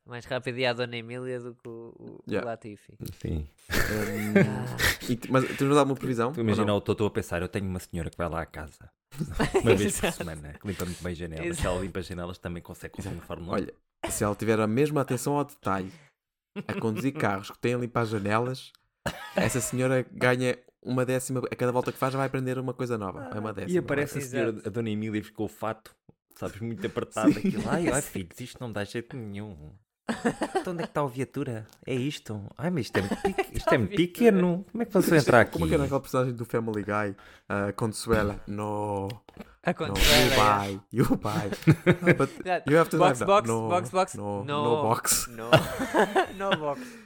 S3: Mais rápido ia a Dona Emília do que o, o- o
S1: Yeah.
S3: Latifi.
S2: Sim.
S1: Ehm, E tu- mas tens-me dado uma previsão?
S2: Tu imagina,
S1: ou
S2: eu estou a pensar, eu tenho uma senhora que vai lá à casa <laughs> uma vez por semana, que limpa muito bem janelas. Se ela limpa as janelas, também consegue conseguir uma
S1: não?
S2: Fórmula 1.
S1: Olha, se ela tiver a mesma atenção ao detalhe a conduzir carros que têm a limpar as janelas, essa senhora ganha uma décima. A cada volta que faz, já vai aprender uma coisa nova. É uma décima.
S2: E aparece a
S3: Exato.
S2: senhora, a dona Emília, ficou o fato, sabes,
S3: <laughs>
S2: muito apertado aquilo. Ai, ai, filhos, isto não me dá jeito nenhum. Então onde é que está a viatura? É isto? Ai, mas isto é
S3: <laughs>
S2: muito, pequ- isto é muito pequeno. Como é que posso entrar aqui?
S1: Como é que era aquela personagem do Family Guy? Ah, Consuela. No.
S3: A
S1: No.
S3: Consuela,
S1: You
S3: yeah.
S1: buy. You buy.
S3: <laughs>
S1: But
S3: Exato.
S1: you have to
S3: box,
S1: drive
S3: box,
S1: down. No,
S3: box, box.
S1: No,
S3: no,
S1: no box.
S3: No, <laughs> no box.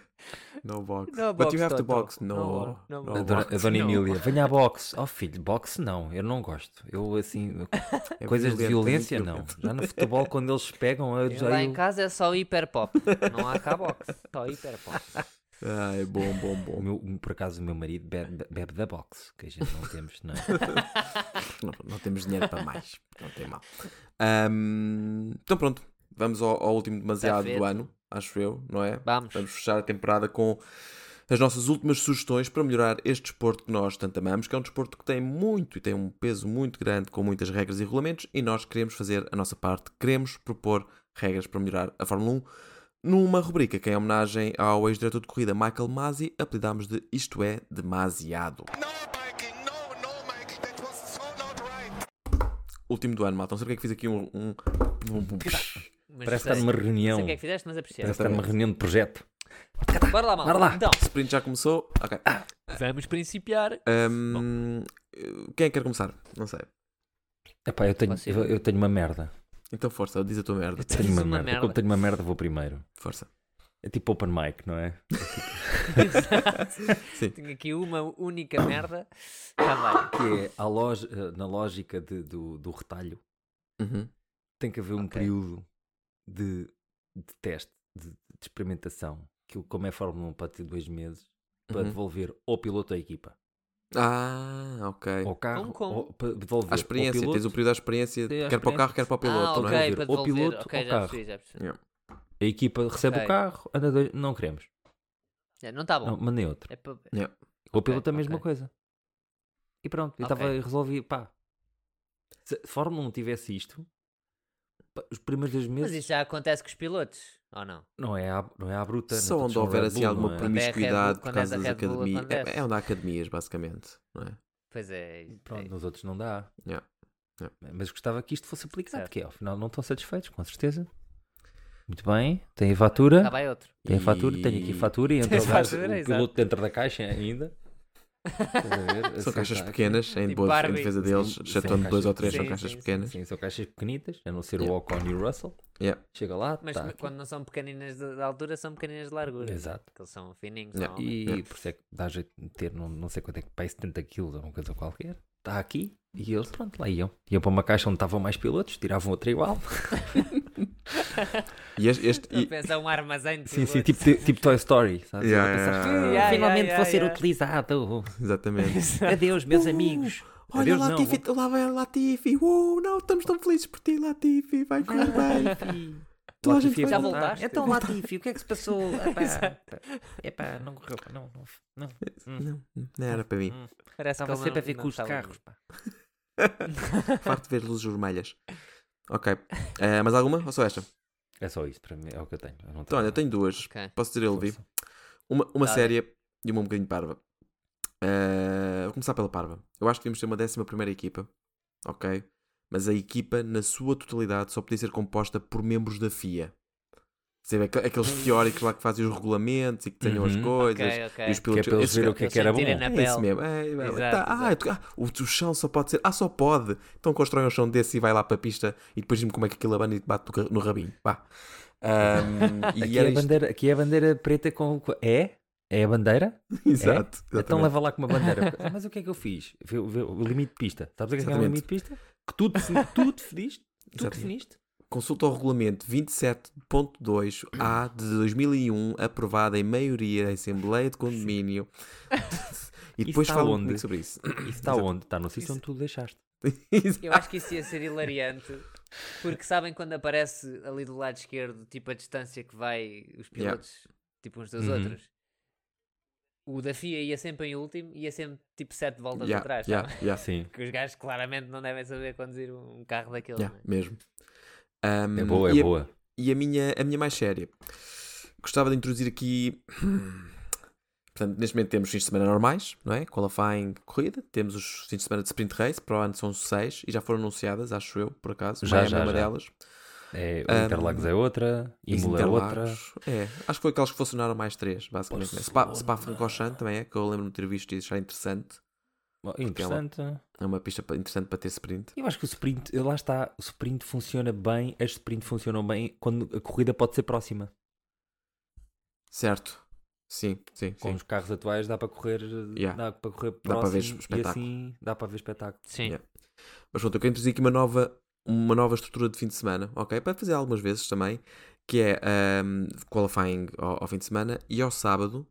S1: No box.
S3: No
S1: But you
S3: box,
S1: have to
S3: Toto.
S1: box.
S3: No
S1: No.
S3: box, no
S1: no
S2: A
S3: box.
S2: dona,
S1: box.
S2: a dona
S3: Não.
S2: Emília, venha à boxe. Oh filho, boxe não, eu não gosto. Eu
S3: <laughs>
S2: assim,
S1: É
S2: <laughs> coisas de
S1: violento, é muito
S2: violência não.
S1: violento.
S2: Já no futebol, quando eles pegam, eu
S3: Eu
S2: já.
S3: lá
S2: eu-
S3: em casa é só hiper pop. Não há cá box. Só hiper pop.
S1: Ai, bom, bom,
S2: O
S1: bom.
S2: meu- por acaso o meu marido bebe, bebe da boxe, que a gente não temos, não é?
S1: Não, não temos dinheiro para mais. Não tem mal. Ahm, então pronto, vamos ao, ao último demasiado
S3: feito.
S1: do ano, acho eu, não é?
S3: Vamos.
S1: Vamos fechar a temporada com as nossas últimas sugestões para melhorar este desporto que nós tanto amamos, que é um desporto que tem muito e tem um peso muito grande com muitas regras e regulamentos, e nós queremos fazer a nossa parte, queremos propor regras para melhorar a Fórmula 1 numa rubrica que, é em homenagem ao ex-diretor de corrida Michael Masi, apelidámos de Isto é Demasiado.
S4: No, Mikey, no, no, Mikey, that was so not right.
S1: Último do ano, Malton. Sabe o que é que fiz aqui um. um... um-
S3: <laughs> Mas
S2: Parece
S3: sei-
S2: estar numa
S3: Não
S2: reunião.
S3: sei o que é que fizeste, mas apreciei.
S2: Parece estar numa reunião de projeto.
S3: Bora lá, mal.
S2: Bora lá.
S3: Então,
S1: O <laughs> sprint já começou. Ok.
S2: <laughs>
S3: vamos principiar.
S1: Ahm, quem é que quer começar? Não sei.
S2: Epá, eu tenho,
S3: Posso ir?
S2: eu, eu tenho uma merda.
S1: Então força, diz a tua merda.
S2: Eu tenho
S3: Tens
S2: uma,
S3: uma
S2: merda.
S3: merda.
S2: Como tenho uma merda, vou primeiro.
S1: Força.
S2: É tipo open mic, não é?
S1: Sim.
S3: Tenho aqui uma única merda. Tá bem.
S2: Que é a lógica, na lógica de- do, do retalho,
S1: Uhum.
S2: tem que haver um
S3: Ok.
S2: período de, de teste, de, de experimentação. Que, como é Fórmula 1, pode ter dois meses para
S1: Uhum.
S2: devolver ao piloto a equipa.
S1: Ah, ok.
S2: Ao carro,
S3: como?
S2: ao- para devolver
S1: A experiência,
S2: ao piloto.
S1: tens o período da experiência,
S2: Sim,
S1: quer
S2: à
S1: para o
S2: experiência.
S1: carro, quer para o piloto,
S3: ah,
S1: não
S3: ok,
S1: é?
S2: Ouvir
S3: para
S2: ao
S3: devolver.
S2: piloto,
S3: ok,
S2: ao
S3: já
S2: carro.
S3: percebi, já percebi.
S2: A equipa recebe
S3: Ok.
S2: o carro, anda dois, não queremos.
S3: É, Não está bom.
S2: Não, mandei outro.
S3: É para...
S2: O
S3: Ok,
S2: piloto é a mesma
S3: ok.
S2: coisa. E pronto, eu
S3: Ok.
S2: estava resolvi, pá. Se a Fórmula 1 tivesse isto, pá, os primeiros dois
S3: Mas
S2: meses
S3: isso já acontece com os pilotos, ou não?
S2: não, é à, não é à bruta. não é
S1: Só
S2: tudo
S1: onde
S2: só
S1: houver
S2: Red
S1: assim
S2: Bull,
S1: alguma
S2: não é?
S3: Quando é a Red
S1: promiscuidade
S3: Bull-
S1: por
S3: quando és
S1: causa
S3: a
S1: das
S3: Red Bull,
S1: academias. É,
S3: acontece.
S1: é onde há academias, basicamente. Não é?
S3: Pois é. é-
S2: Pronto, nos outros não dá.
S1: Yeah. Yeah.
S2: Mas gostava que isto fosse aplicado,
S3: Certo.
S2: que é, ao final não estão satisfeitos, com certeza. Muito Tá bem, tem a fatura.
S3: Lá vai outro.
S2: Tem a fatura, tenho aqui a fatura <laughs> e entra
S3: Tem
S2: o, gajo,
S3: fatura,
S2: o
S3: exato.
S2: piloto dentro da caixa ainda. Estás a ver?
S1: São
S2: Assim,
S1: caixas
S2: tá aqui.
S1: pequenas, em,
S3: Tipo
S1: boa- em
S3: Barbie.
S1: defesa deles,
S2: Sim,
S1: excetuando
S2: sim,
S1: dois ou
S2: caixas-
S1: três, são
S3: sim,
S1: caixas
S3: sim,
S1: pequenas.
S2: Sim, são caixas pequenitas, a não ser
S1: né? Yeah.
S2: o Ocon e o Russell.
S1: Yeah.
S2: Chega lá,
S3: Mas
S2: tá aqui.
S3: quando não são pequeninas de de altura, são pequeninas de largura.
S2: Exato.
S3: Porque eles são fininhos.
S1: Yeah.
S3: normalmente.
S2: E
S1: Yeah.
S2: por isso é que dá jeito de ter, não, não sei quanto é que pai 70 quilos ou uma coisa qualquer. Está aqui. E eles, pronto, lá iam. Iam para uma caixa onde estavam mais pilotos, tiravam outra igual.
S1: E este, este-
S3: Estou
S1: e-
S3: a pensar um armazém de
S2: Sim, sim,
S3: pilotos.
S2: tipo, tipo Toy Story. Sabe?
S1: Yeah,
S2: Eu pensava,
S1: yeah,
S2: "Hum,
S1: yeah,
S3: yeah.
S2: finalmente
S3: Yeah, yeah,
S2: vou ser
S3: yeah.
S2: utilizado.
S1: exatamente.
S2: Adeus, meus amigos.
S1: Olha,
S2: Adeus, não,
S1: Latifi, lá vai a Latifi. Uou, não, estamos tão felizes por ti, Latifi. Vai
S2: <laughs>
S1: correr bem.
S2: Latifi.
S1: Toda a gente
S2: Latifi a
S1: vai- Já
S2: voltar.
S3: voltaste?
S2: Então, Latifi, o que é que se passou? É pá, não correu. pá, Não, não, não.
S1: Não, não era para mim.
S3: <laughs> Uhum. Parece
S2: Estava
S3: ele
S2: sempre a
S3: não-
S2: ver
S3: não
S2: com os
S3: estava
S2: carros. pá.
S1: Farto de ver luzes vermelhas. Ok. Eh, mais alguma? Ou só esta?
S2: É só isso, para mim, é o que eu tenho. Eu não
S1: Então, olha,
S2: tenho-
S1: eu tenho duas.
S3: Ok.
S1: Posso dizer, Elvi? Uma, uma
S3: Dá,
S1: séria e uma um bocadinho parva. Eh, vou começar pela parva. Eu acho que devíamos ter uma décima primeira equipa. Ok? Mas a equipa, na sua totalidade, só podia ser composta por membros da FIA. Sabe, aqu- aqueles teóricos lá que fazem os regulamentos e que tenham as
S2: Uhum.
S1: coisas.
S3: Ok, ok.
S1: E os
S2: Que é
S1: pilotos.
S2: para eles
S1: esses
S2: verem
S1: ga-
S2: o que é
S3: Eles
S2: que era bom.
S3: sentirem na
S1: É
S3: pele.
S1: isso mesmo. É, é,
S3: Exato,
S1: tá, ah, eu- ah, o, o chão só pode ser. Ah, só pode. Então constroem um chão desse e vai lá para a pista e depois diz-me como é que aquilo abana e te bate no, ca- no rabinho. Vá.
S2: <laughs>
S1: Ahm,
S2: Aqui
S1: e
S2: é,
S1: era
S2: a
S1: isto.
S2: bandeira, aqui é a bandeira preta com. com- É? É a bandeira?
S1: <laughs> Exato.
S2: Então
S1: exatamente.
S2: leva lá com uma bandeira. <laughs> Ah, Mas o que é que eu fiz? Vê- vê o limite de pista. Sabes o que é, que é o
S1: Exatamente.
S2: limite de pista? Que tu, defini- tu definiste. Tu
S1: Exatamente.
S2: definiste.
S1: Consulta ao regulamento 27.2A de 2001, aprovado um, em maioria da Assembleia de
S2: <laughs>
S1: Condomínio. e
S2: Isso
S1: depois
S2: está
S1: falam
S2: onde?
S1: comigo sobre isso.
S2: Isso está onde? Está no sítio onde tu deixaste.
S3: Eu acho que isso ia ser hilariante Porque sabem quando aparece ali do lado esquerdo, tipo a distância que vai os pilotos, tipo uns dos
S2: Uhum.
S3: outros. O da FIA ia sempre em último, ia sempre tipo
S1: <laughs>
S3: sete voltas
S1: Yeah,
S3: atrás.
S1: yeah,
S3: sabe?
S2: é?
S1: yeah.
S2: Sim.
S3: Porque os gajos claramente não devem saber conduzir um carro daqueles.
S1: Yeah,
S3: né?
S1: mesmo. Um,
S2: É boa,
S1: e
S2: é
S1: a-
S2: boa.
S1: E a minha, a minha mais séria. Gostava de introduzir aqui. <clears throat> Portanto, neste momento temos fins de semana normais, não é? Qualifying corrida. Temos os fins de semana de sprint race. Para o ano são seis e já foram anunciadas, acho eu, por acaso.
S2: Já,
S1: Miami
S2: já,
S1: é uma
S2: já.
S1: delas.
S2: É,
S1: Um,
S2: o Interlagos é outra, Imola é outra.
S1: Interlagos, É, acho que foi aqueles que funcionaram mais três, basicamente. né? Spa, Spa Francorchamps também é, que eu lembro-me de ter visto e achar interessante.
S2: Bom, Interessante.
S1: É uma pista pa- interessante para ter sprint.
S2: Eu acho que o sprint, lá está, o sprint funciona bem, as sprint funcionam bem quando a corrida pode ser próxima.
S1: Certo. Sim, sim,
S2: Com
S1: sim.
S2: os carros atuais dá para correr,
S1: Yeah.
S2: dá para correr
S1: Dá
S2: próximo
S1: para ver
S2: e
S1: espetáculo.
S2: assim dá para ver espetáculo.
S3: Sim.
S1: Yeah. Mas pronto, eu quero introduzir aqui uma nova, uma nova estrutura de fim de semana, ok? Para fazer algumas vezes também, que é ahm, qualifying ao, ao fim de semana e ao sábado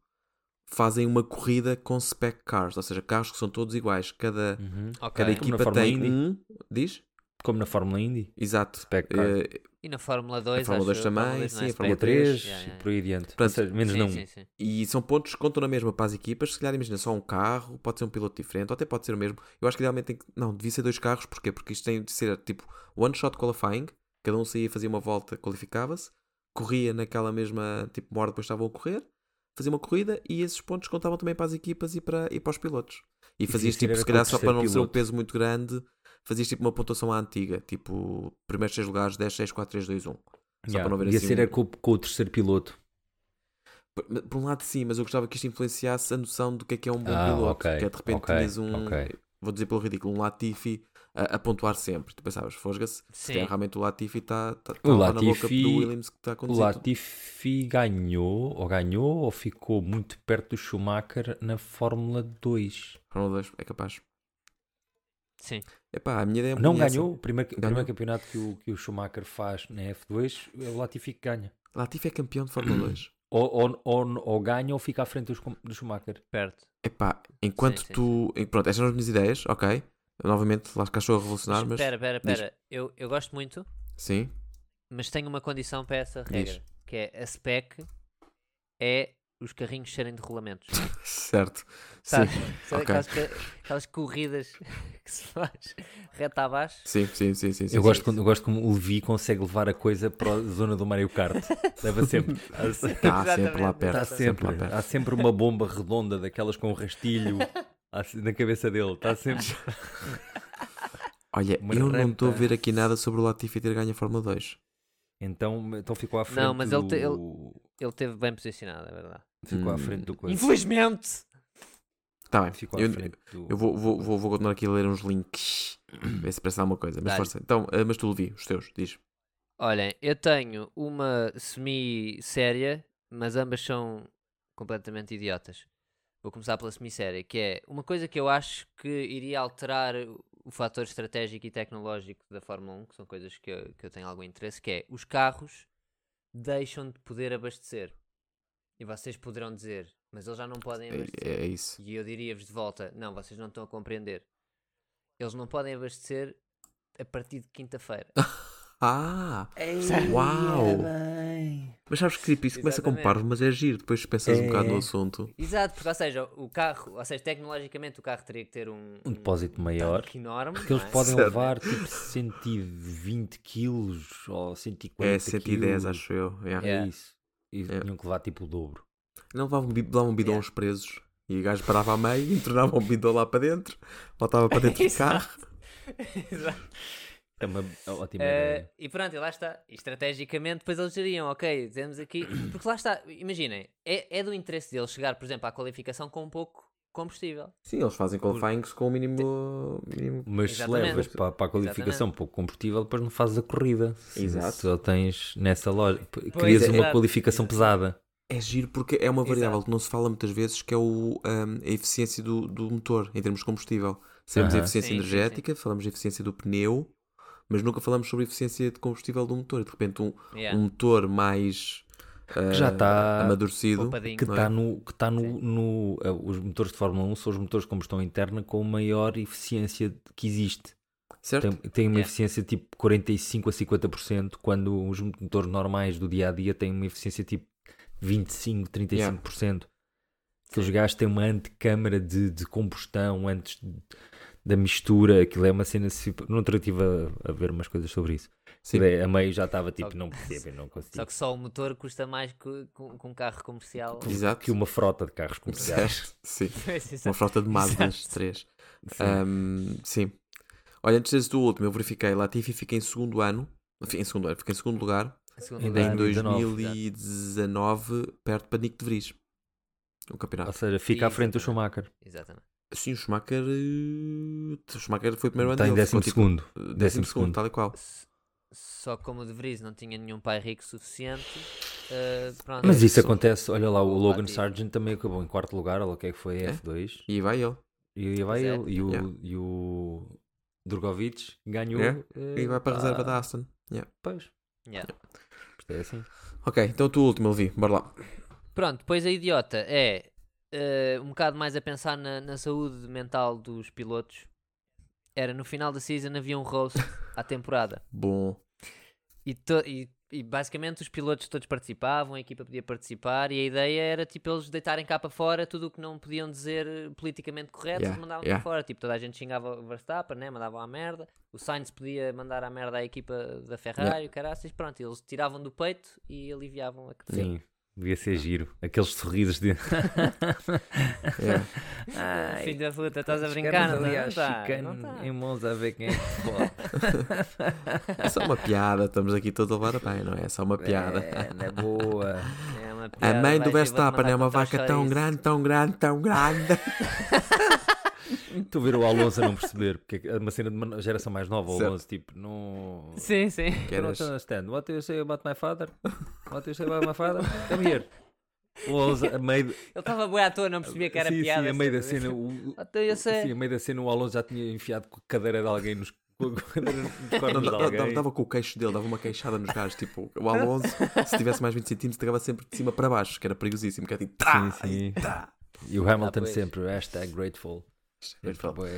S1: fazem uma corrida com spec cars, ou seja, carros que são todos iguais. Cada,
S2: Uhum.
S3: Ok.
S1: cada
S2: Como na
S1: equipa
S2: Fórmula
S1: tem
S2: Indy.
S1: um, diz?
S2: Como na Fórmula Indy,
S1: Exato.
S2: Spec car.
S1: Eh,
S3: E na Fórmula 2,
S1: Fórmula
S3: acho
S1: 2
S3: eu,
S1: também,
S3: não é
S1: sim, a
S3: spec.
S1: Fórmula
S2: Fórmula 3
S3: Yeah, yeah,
S2: e por aí adiante.
S1: Portanto,
S2: Ou seja, menos
S3: yeah.
S2: não.
S3: Sim, sim, sim.
S1: e são pontos que contam na mesma para as equipas. Se calhar, imagina, só um carro, pode ser um piloto diferente, ou até pode ser o mesmo. Eu acho que idealmente tem que. Não, devia ser dois carros, porquê? Porque isto tem de ser tipo one shot qualifying, cada um saía, fazia uma volta, qualificava-se, corria naquela mesma tipo uma hora depois estavam a correr, fazia uma corrida e esses pontos contavam também para as equipas e para, e para os pilotos. E,
S2: se
S1: fazias
S2: isso
S1: tipo,
S2: era
S1: se
S2: com o
S1: calhar só para
S2: terceiro
S1: não ser um
S2: piloto?
S1: peso muito grande, fazias tipo uma pontuação à antiga, tipo primeiros seis lugares, 10, 6, 4, 3, 2, 1. Só
S2: Yeah.
S1: para não haver
S2: Devia
S1: assim
S2: ser
S1: um-
S2: é com, com o terceiro piloto.
S1: Por, mas, por um lado sim, mas eu gostava que isto influenciasse a noção do que é que é um bom
S2: Ah,
S1: piloto.
S2: ok,
S1: que é de repente
S2: ok,
S1: tinhas um,
S2: ok.
S1: vou dizer pelo ridículo, um Latifi a, a pontuar sempre. Tu pensavas, fosga-se, se
S3: Sim.
S1: calhar realmente o Latifi está tá,
S2: O
S1: lá na boca
S2: Latifi-
S1: do Williams que tá está a
S2: O
S1: conduzir. tudo.
S2: Latifi ganhou, ou ganhou, ou ficou muito perto do Schumacher na Fórmula 2.
S1: Fórmula 2, é capaz.
S3: Sim.
S1: Epá, a minha ideia é um
S2: Não
S1: bocadinho
S2: ganhou, o primeiro, o
S1: Ganhou.
S2: primeiro campeonato que o, que o Schumacher faz na F2, é o Latifi que ganha.
S1: essa. Latifi é campeão de Fórmula
S2: <clears throat>
S1: 2.
S2: Ou, ou, ou, ou ganha ou fica à frente do, Schum- do Schumacher.
S3: Perto.
S1: Epá, enquanto
S3: sim,
S1: tu. en- Pronto, estas são as minhas ideias, ok? Eu, novamente, lá cá estou a revolucionar, mas.
S3: Espera, espera,
S1: diz.
S3: espera. Eu, eu gosto muito,
S1: Sim, <laughs>
S3: mas tenho uma condição para essa regra.
S1: Diz.
S3: Que é a spec é os carrinhos serem de rolamentos.
S1: certo. <laughs>
S3: Sabe?
S1: Sim, ok.
S3: Sabe aquelas, ca- aquelas corridas <laughs> que se faz reta abaixo?
S1: sim, sim, sim. sim, sim,
S2: eu, gosto
S1: sim.
S2: quando, eu gosto como o Levi consegue levar a coisa para a zona do Mario Kart. <laughs> Leva sempre. Há se-
S1: Está Tá sempre lá
S3: <laughs> Exatamente, tá
S1: perto.
S2: Está
S1: está sempre lá
S2: sempre,
S1: perto.
S2: há sempre uma bomba redonda daquelas com um rastilho <laughs> há- na cabeça dele. Está sempre.
S1: Olha,
S2: Uma
S1: eu não estou a
S2: rampa.
S1: ver aqui nada sobre o Latifi ter ganho a Fórmula 2.
S2: Então, então ficou à frente.
S3: Não, mas ele
S2: do...
S3: te- Ele esteve bem posicionado, é verdade.
S2: Ficou
S1: Hum.
S2: à frente do coisa.
S3: Infelizmente!
S1: Tá bem.
S2: Ficou à
S1: eu,
S2: frente do.
S1: eu vou, vou, vou, vou continuar aqui a ler uns <coughs> links. Ver se parece alguma coisa. Mas
S3: Dá-lhe.
S1: força. Então, ah, mas tu levi, os teus, diz.
S3: Olhem, eu tenho uma semi-séria, mas ambas são completamente idiotas. Vou começar pela semi-séria, que é uma coisa que eu acho que iria alterar o- o fator estratégico e tecnológico da Fórmula 1, que são coisas que eu, que eu tenho algum interesse, que é os carros deixam de poder abastecer. E vocês poderão dizer, mas eles já não podem
S1: É,
S3: abastecer.
S1: é isso.
S3: E eu diria-vos de volta: não, vocês não estão a compreender. Eles não podem abastecer a partir de quinta-feira.
S1: Ah!
S3: é
S1: Uau! Mas sabes que tipo, isso começa como
S3: Exatamente.
S1: parvo, mas é giro. Depois pensas um
S2: É,
S1: bocado no
S2: é.
S1: assunto.
S3: Exato, porque, ou seja, o carro, ou seja, tecnologicamente o carro teria que ter um,
S2: Um depósito maior.
S3: tanque enorme.
S2: Porque eles
S3: não é?
S2: podem
S1: Certo.
S2: levar tipo 120 quilos ou 140
S1: É 110,
S2: quilos.
S1: acho É. eu. yeah.
S2: É
S3: Yeah.
S2: isso. E
S1: Yeah.
S2: tinham que levar tipo o dobro.
S1: Não levavam, bi- levavam bidons presos. E <laughs> o gajo parava a meio, entornava um bidão lá para dentro, voltava para <laughs> dentro do
S3: Exato.
S1: carro.
S3: <laughs> Exato.
S2: É uma ótima
S3: Eh,
S2: ideia.
S3: e pronto, e lá está. E estrategicamente, depois eles diriam, ok,
S2: <clears throat>
S3: temos aqui. Porque lá está, imaginem, é, é do interesse deles chegar, por exemplo, à qualificação com um pouco combustível.
S1: Sim, eles fazem qualifyings com o mínimo. mínimo...
S2: Mas
S3: Exatamente.
S2: se levas para, para a qualificação pouco combustível, depois não fazes a corrida. Se-
S1: Exato.
S2: Se só tens nessa loja. P- Crias
S1: é,
S2: uma
S3: exato,
S2: qualificação
S3: exato.
S2: pesada.
S1: É giro porque é uma
S3: Exato.
S1: variável que não se fala muitas vezes, que é o, ahm, a eficiência do, do motor em termos de combustível. Sabemos a
S2: Aham.
S1: eficiência
S3: Sim, sim, sim.
S1: energética, falamos de eficiência do pneu, mas nunca falamos sobre a eficiência de combustível do motor. E de repente um,
S3: Yeah.
S1: um motor mais ah,
S2: já tá está-
S1: amadurecido
S3: Poupadinho.
S2: Que
S1: não é?
S2: está no. Que tá
S3: Sim.
S2: no, no- um eh, os motores de Fórmula 1 são os motores de combustão interna com maior eficiência que existe.
S1: Certo?
S2: Tem, tem uma
S3: Yeah.
S2: eficiência tipo 45 a 50%, quando os motores normais do dia a dia têm uma eficiência tipo 25, 35%. Aqueles gajos têm uma antecâmara de, de combustão antes de- da mistura. Aquilo é uma cena. super- Não estive a, a ver umas coisas sobre isso.
S1: Sim.
S2: Aquilo é- A meio já estava tipo,
S3: Só-
S2: não percebo, eu não consigo.
S3: Só que só o motor custa mais que, que- que um carro comercial. assim,
S1: Exato. <laughs>
S2: que uma frota de carros comerciais.
S1: Certo, Sim.
S2: é.
S3: <laughs> Exato.
S1: Uma frota de Mazdas 3.
S2: ah,
S1: Ahm, Hum, sim. Olha, antes desse do último, eu verifiquei. Latifi fica em segundo ano. Fica em segundo ano, fica em segundo lugar.
S3: Segundo
S2: Ainda
S1: Em
S3: lugar,
S2: dois-
S1: 2019, perto para Nick de Vries. O campeonato.
S2: Ou seja, fica à frente do Schumacher.
S3: Exatamente.
S1: Sim, o Schumacher. eh, O Schumacher foi o primeiro ano
S2: Está em
S1: dele. ficou,
S2: décimo
S1: tipo,
S2: segundo.
S1: eh,
S2: décimo
S1: décimo segundo,
S2: segundo.
S1: tal e qual.
S3: S- Só como o De Vries não tinha nenhum pai rico suficiente. eh, pronto.
S2: Mas isso
S1: Sim.
S2: acontece, olha lá, o
S3: O
S2: Logan
S3: Latifi.
S2: Sargent também acabou em quarto lugar, ou o que é que foi,
S1: É?
S2: F2.
S1: E vai ele.
S2: E aí vai
S3: Pois é.
S2: ele. E o,
S1: Yeah.
S2: e o Drogovic ganhou.
S1: Yeah.
S2: eh,
S1: E vai para a
S2: pá,
S1: reserva da Aston.
S2: Pois.
S3: Yeah.
S2: Isto é assim.
S1: Ok, então tu último, Levi. Bora lá.
S3: Pronto, depois a idiota é eh, um bocado mais a pensar na, na saúde mental dos pilotos. Era no final da season havia
S1: <laughs>
S3: um roast à temporada.
S1: Bom.
S3: E, to- e- e basicamente os pilotos todos participavam, a equipa podia participar e a ideia era tipo eles deitarem cá para fora tudo o que não podiam dizer eh, politicamente correto,
S1: Yeah,
S3: eles mandavam
S1: yeah.
S3: cá fora. Tipo, toda a gente xingava o Verstappen, né? mandavam à merda. O Sainz podia mandar à merda à equipa da Ferrari, o caraças, pronto, eles tiravam do peito e aliviavam a que
S1: <laughs>
S2: Sim. Devia ser giro. Aqueles sorrisos
S3: <laughs>
S2: de.
S1: é.
S2: Ai,
S3: Filho da puta, estás a
S2: os
S3: brincar,
S2: caras
S3: não,
S2: ali
S3: tá?
S2: à
S3: não tá,
S2: chicane
S3: não tá.
S2: Em mãos a ver quem é que pode. <laughs>
S1: É só uma piada, estamos aqui todos a levar a bem, não é? É só <laughs> uma piada.
S2: É, na boa.
S3: É uma
S1: A mãe do
S3: piada, vais- eu vou-te
S1: Verstappen
S3: mandar
S1: é uma
S3: contar
S1: vaca
S3: só
S1: tão
S3: isso.
S1: grande, tão grande, tão
S2: <laughs>
S1: grande.
S2: Estou a ver o Alonso a não perceber, porque é uma cena de uma geração mais nova, o
S1: Certo.
S2: Alonso, tipo, não.
S3: <laughs> Sim, sim.
S1: Que
S2: I
S1: eras-
S2: don't understand. What do you say about my father? What do you say about my father?
S1: é um
S2: Come here. O Alonso, a meio.
S3: Ele estava boi à toa, não percebia que era
S2: sim,
S3: piada.
S2: Sim, a meio da
S3: sabe?
S2: cena. O, o-
S3: Até eu sei.
S2: sim, Assim, a meio da cena, o Alonso já tinha enfiado com a cadeira de alguém nos. com a cadeira
S1: <laughs>
S2: nos
S1: Não,
S2: cornos de
S1: dava- dava,
S2: alguém.
S1: dava com o queixo dele, dava uma queixada nos gajos. Tipo, o
S3: <laughs>
S1: Alonso, se tivesse mais 20 centímetros, tirava sempre de cima para baixo, que era perigosíssimo. Que era tipo, tá,
S2: Sim, sim. E o Hamilton
S3: Ah, pois.
S2: sempre, hashtag grateful. é-
S1: Ele
S2: Sempre,
S1: falou, <laughs>
S2: bué.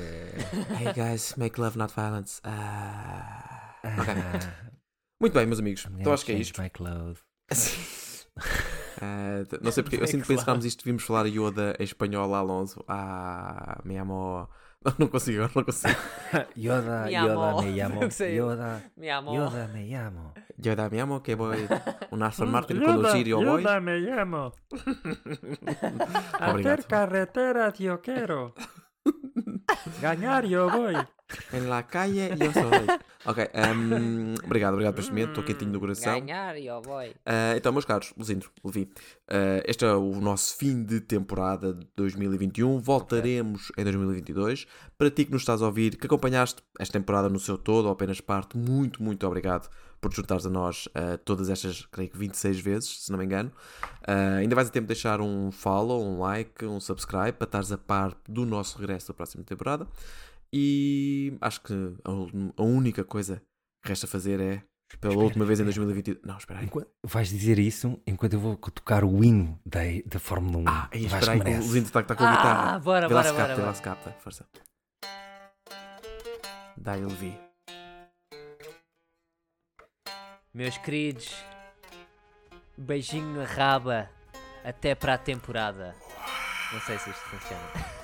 S1: Hey guys, make love, not violence. Ah. Ok.
S2: <laughs>
S1: Muito bem, meus amigos. Então acho que é
S2: Change
S1: isto.
S2: my clothes.
S1: Ah, t- não sei porque, eu sinto que pensámos isto, devíamos falar Yoda em espanhol a Alonso. Ah, me amo. Não, <laughs> não consigo, agora não consigo.
S2: Yoda,
S3: Me
S2: Yoda,
S3: amo.
S2: me llamo.
S3: <laughs> Não sei.
S2: Yoda,
S3: Me amor.
S2: Yoda, me llamo.
S1: Yoda, me amo, que voy un
S2: <laughs>
S1: Aston Martin conducir yo voy.
S5: me llamo.
S1: <laughs> Obrigado.
S2: <laughs>
S5: Hacer carreteras yo quiero. Ganar yo voy.
S1: En la calle yo soy. Ok, ehm, obrigado, obrigado por este momento, estou quentinho do coração.
S3: Ganhar, yo boy.
S1: Ah, então, meus caros, Luzindo, Levi, ah, este é o nosso fim de temporada de 2021. Voltaremos em 2022. Para ti que nos estás a ouvir, que acompanhaste esta temporada no seu todo ou apenas parte, muito, muito obrigado por te juntares a nós ah, todas estas, creio que 26 vezes, se não me engano. Ah, ainda vais a tempo de deixar um follow, um like, um subscribe para estares a par do nosso regresso da próxima temporada. E acho que a, ul- a única coisa que resta fazer é. Pela
S2: Espera,
S1: última vez em
S2: espera.
S1: 2022. Não, espera aí.
S2: Enquanto- vais dizer isso enquanto eu vou tocar o hino da, da Fórmula 1.
S1: Ah, aí,
S2: vais
S1: espera aí,
S2: que
S1: que o
S2: merece.
S1: Lindo está, está com a guitarra.
S3: Ah, bora,
S1: Vê lá
S3: bora,
S1: se capta,
S3: bora.
S1: vê lá
S3: bora.
S1: se capta. Força. Dá, eu vi.
S3: Meus queridos, beijinho na raba. Até para a temporada. Não sei se isto funciona.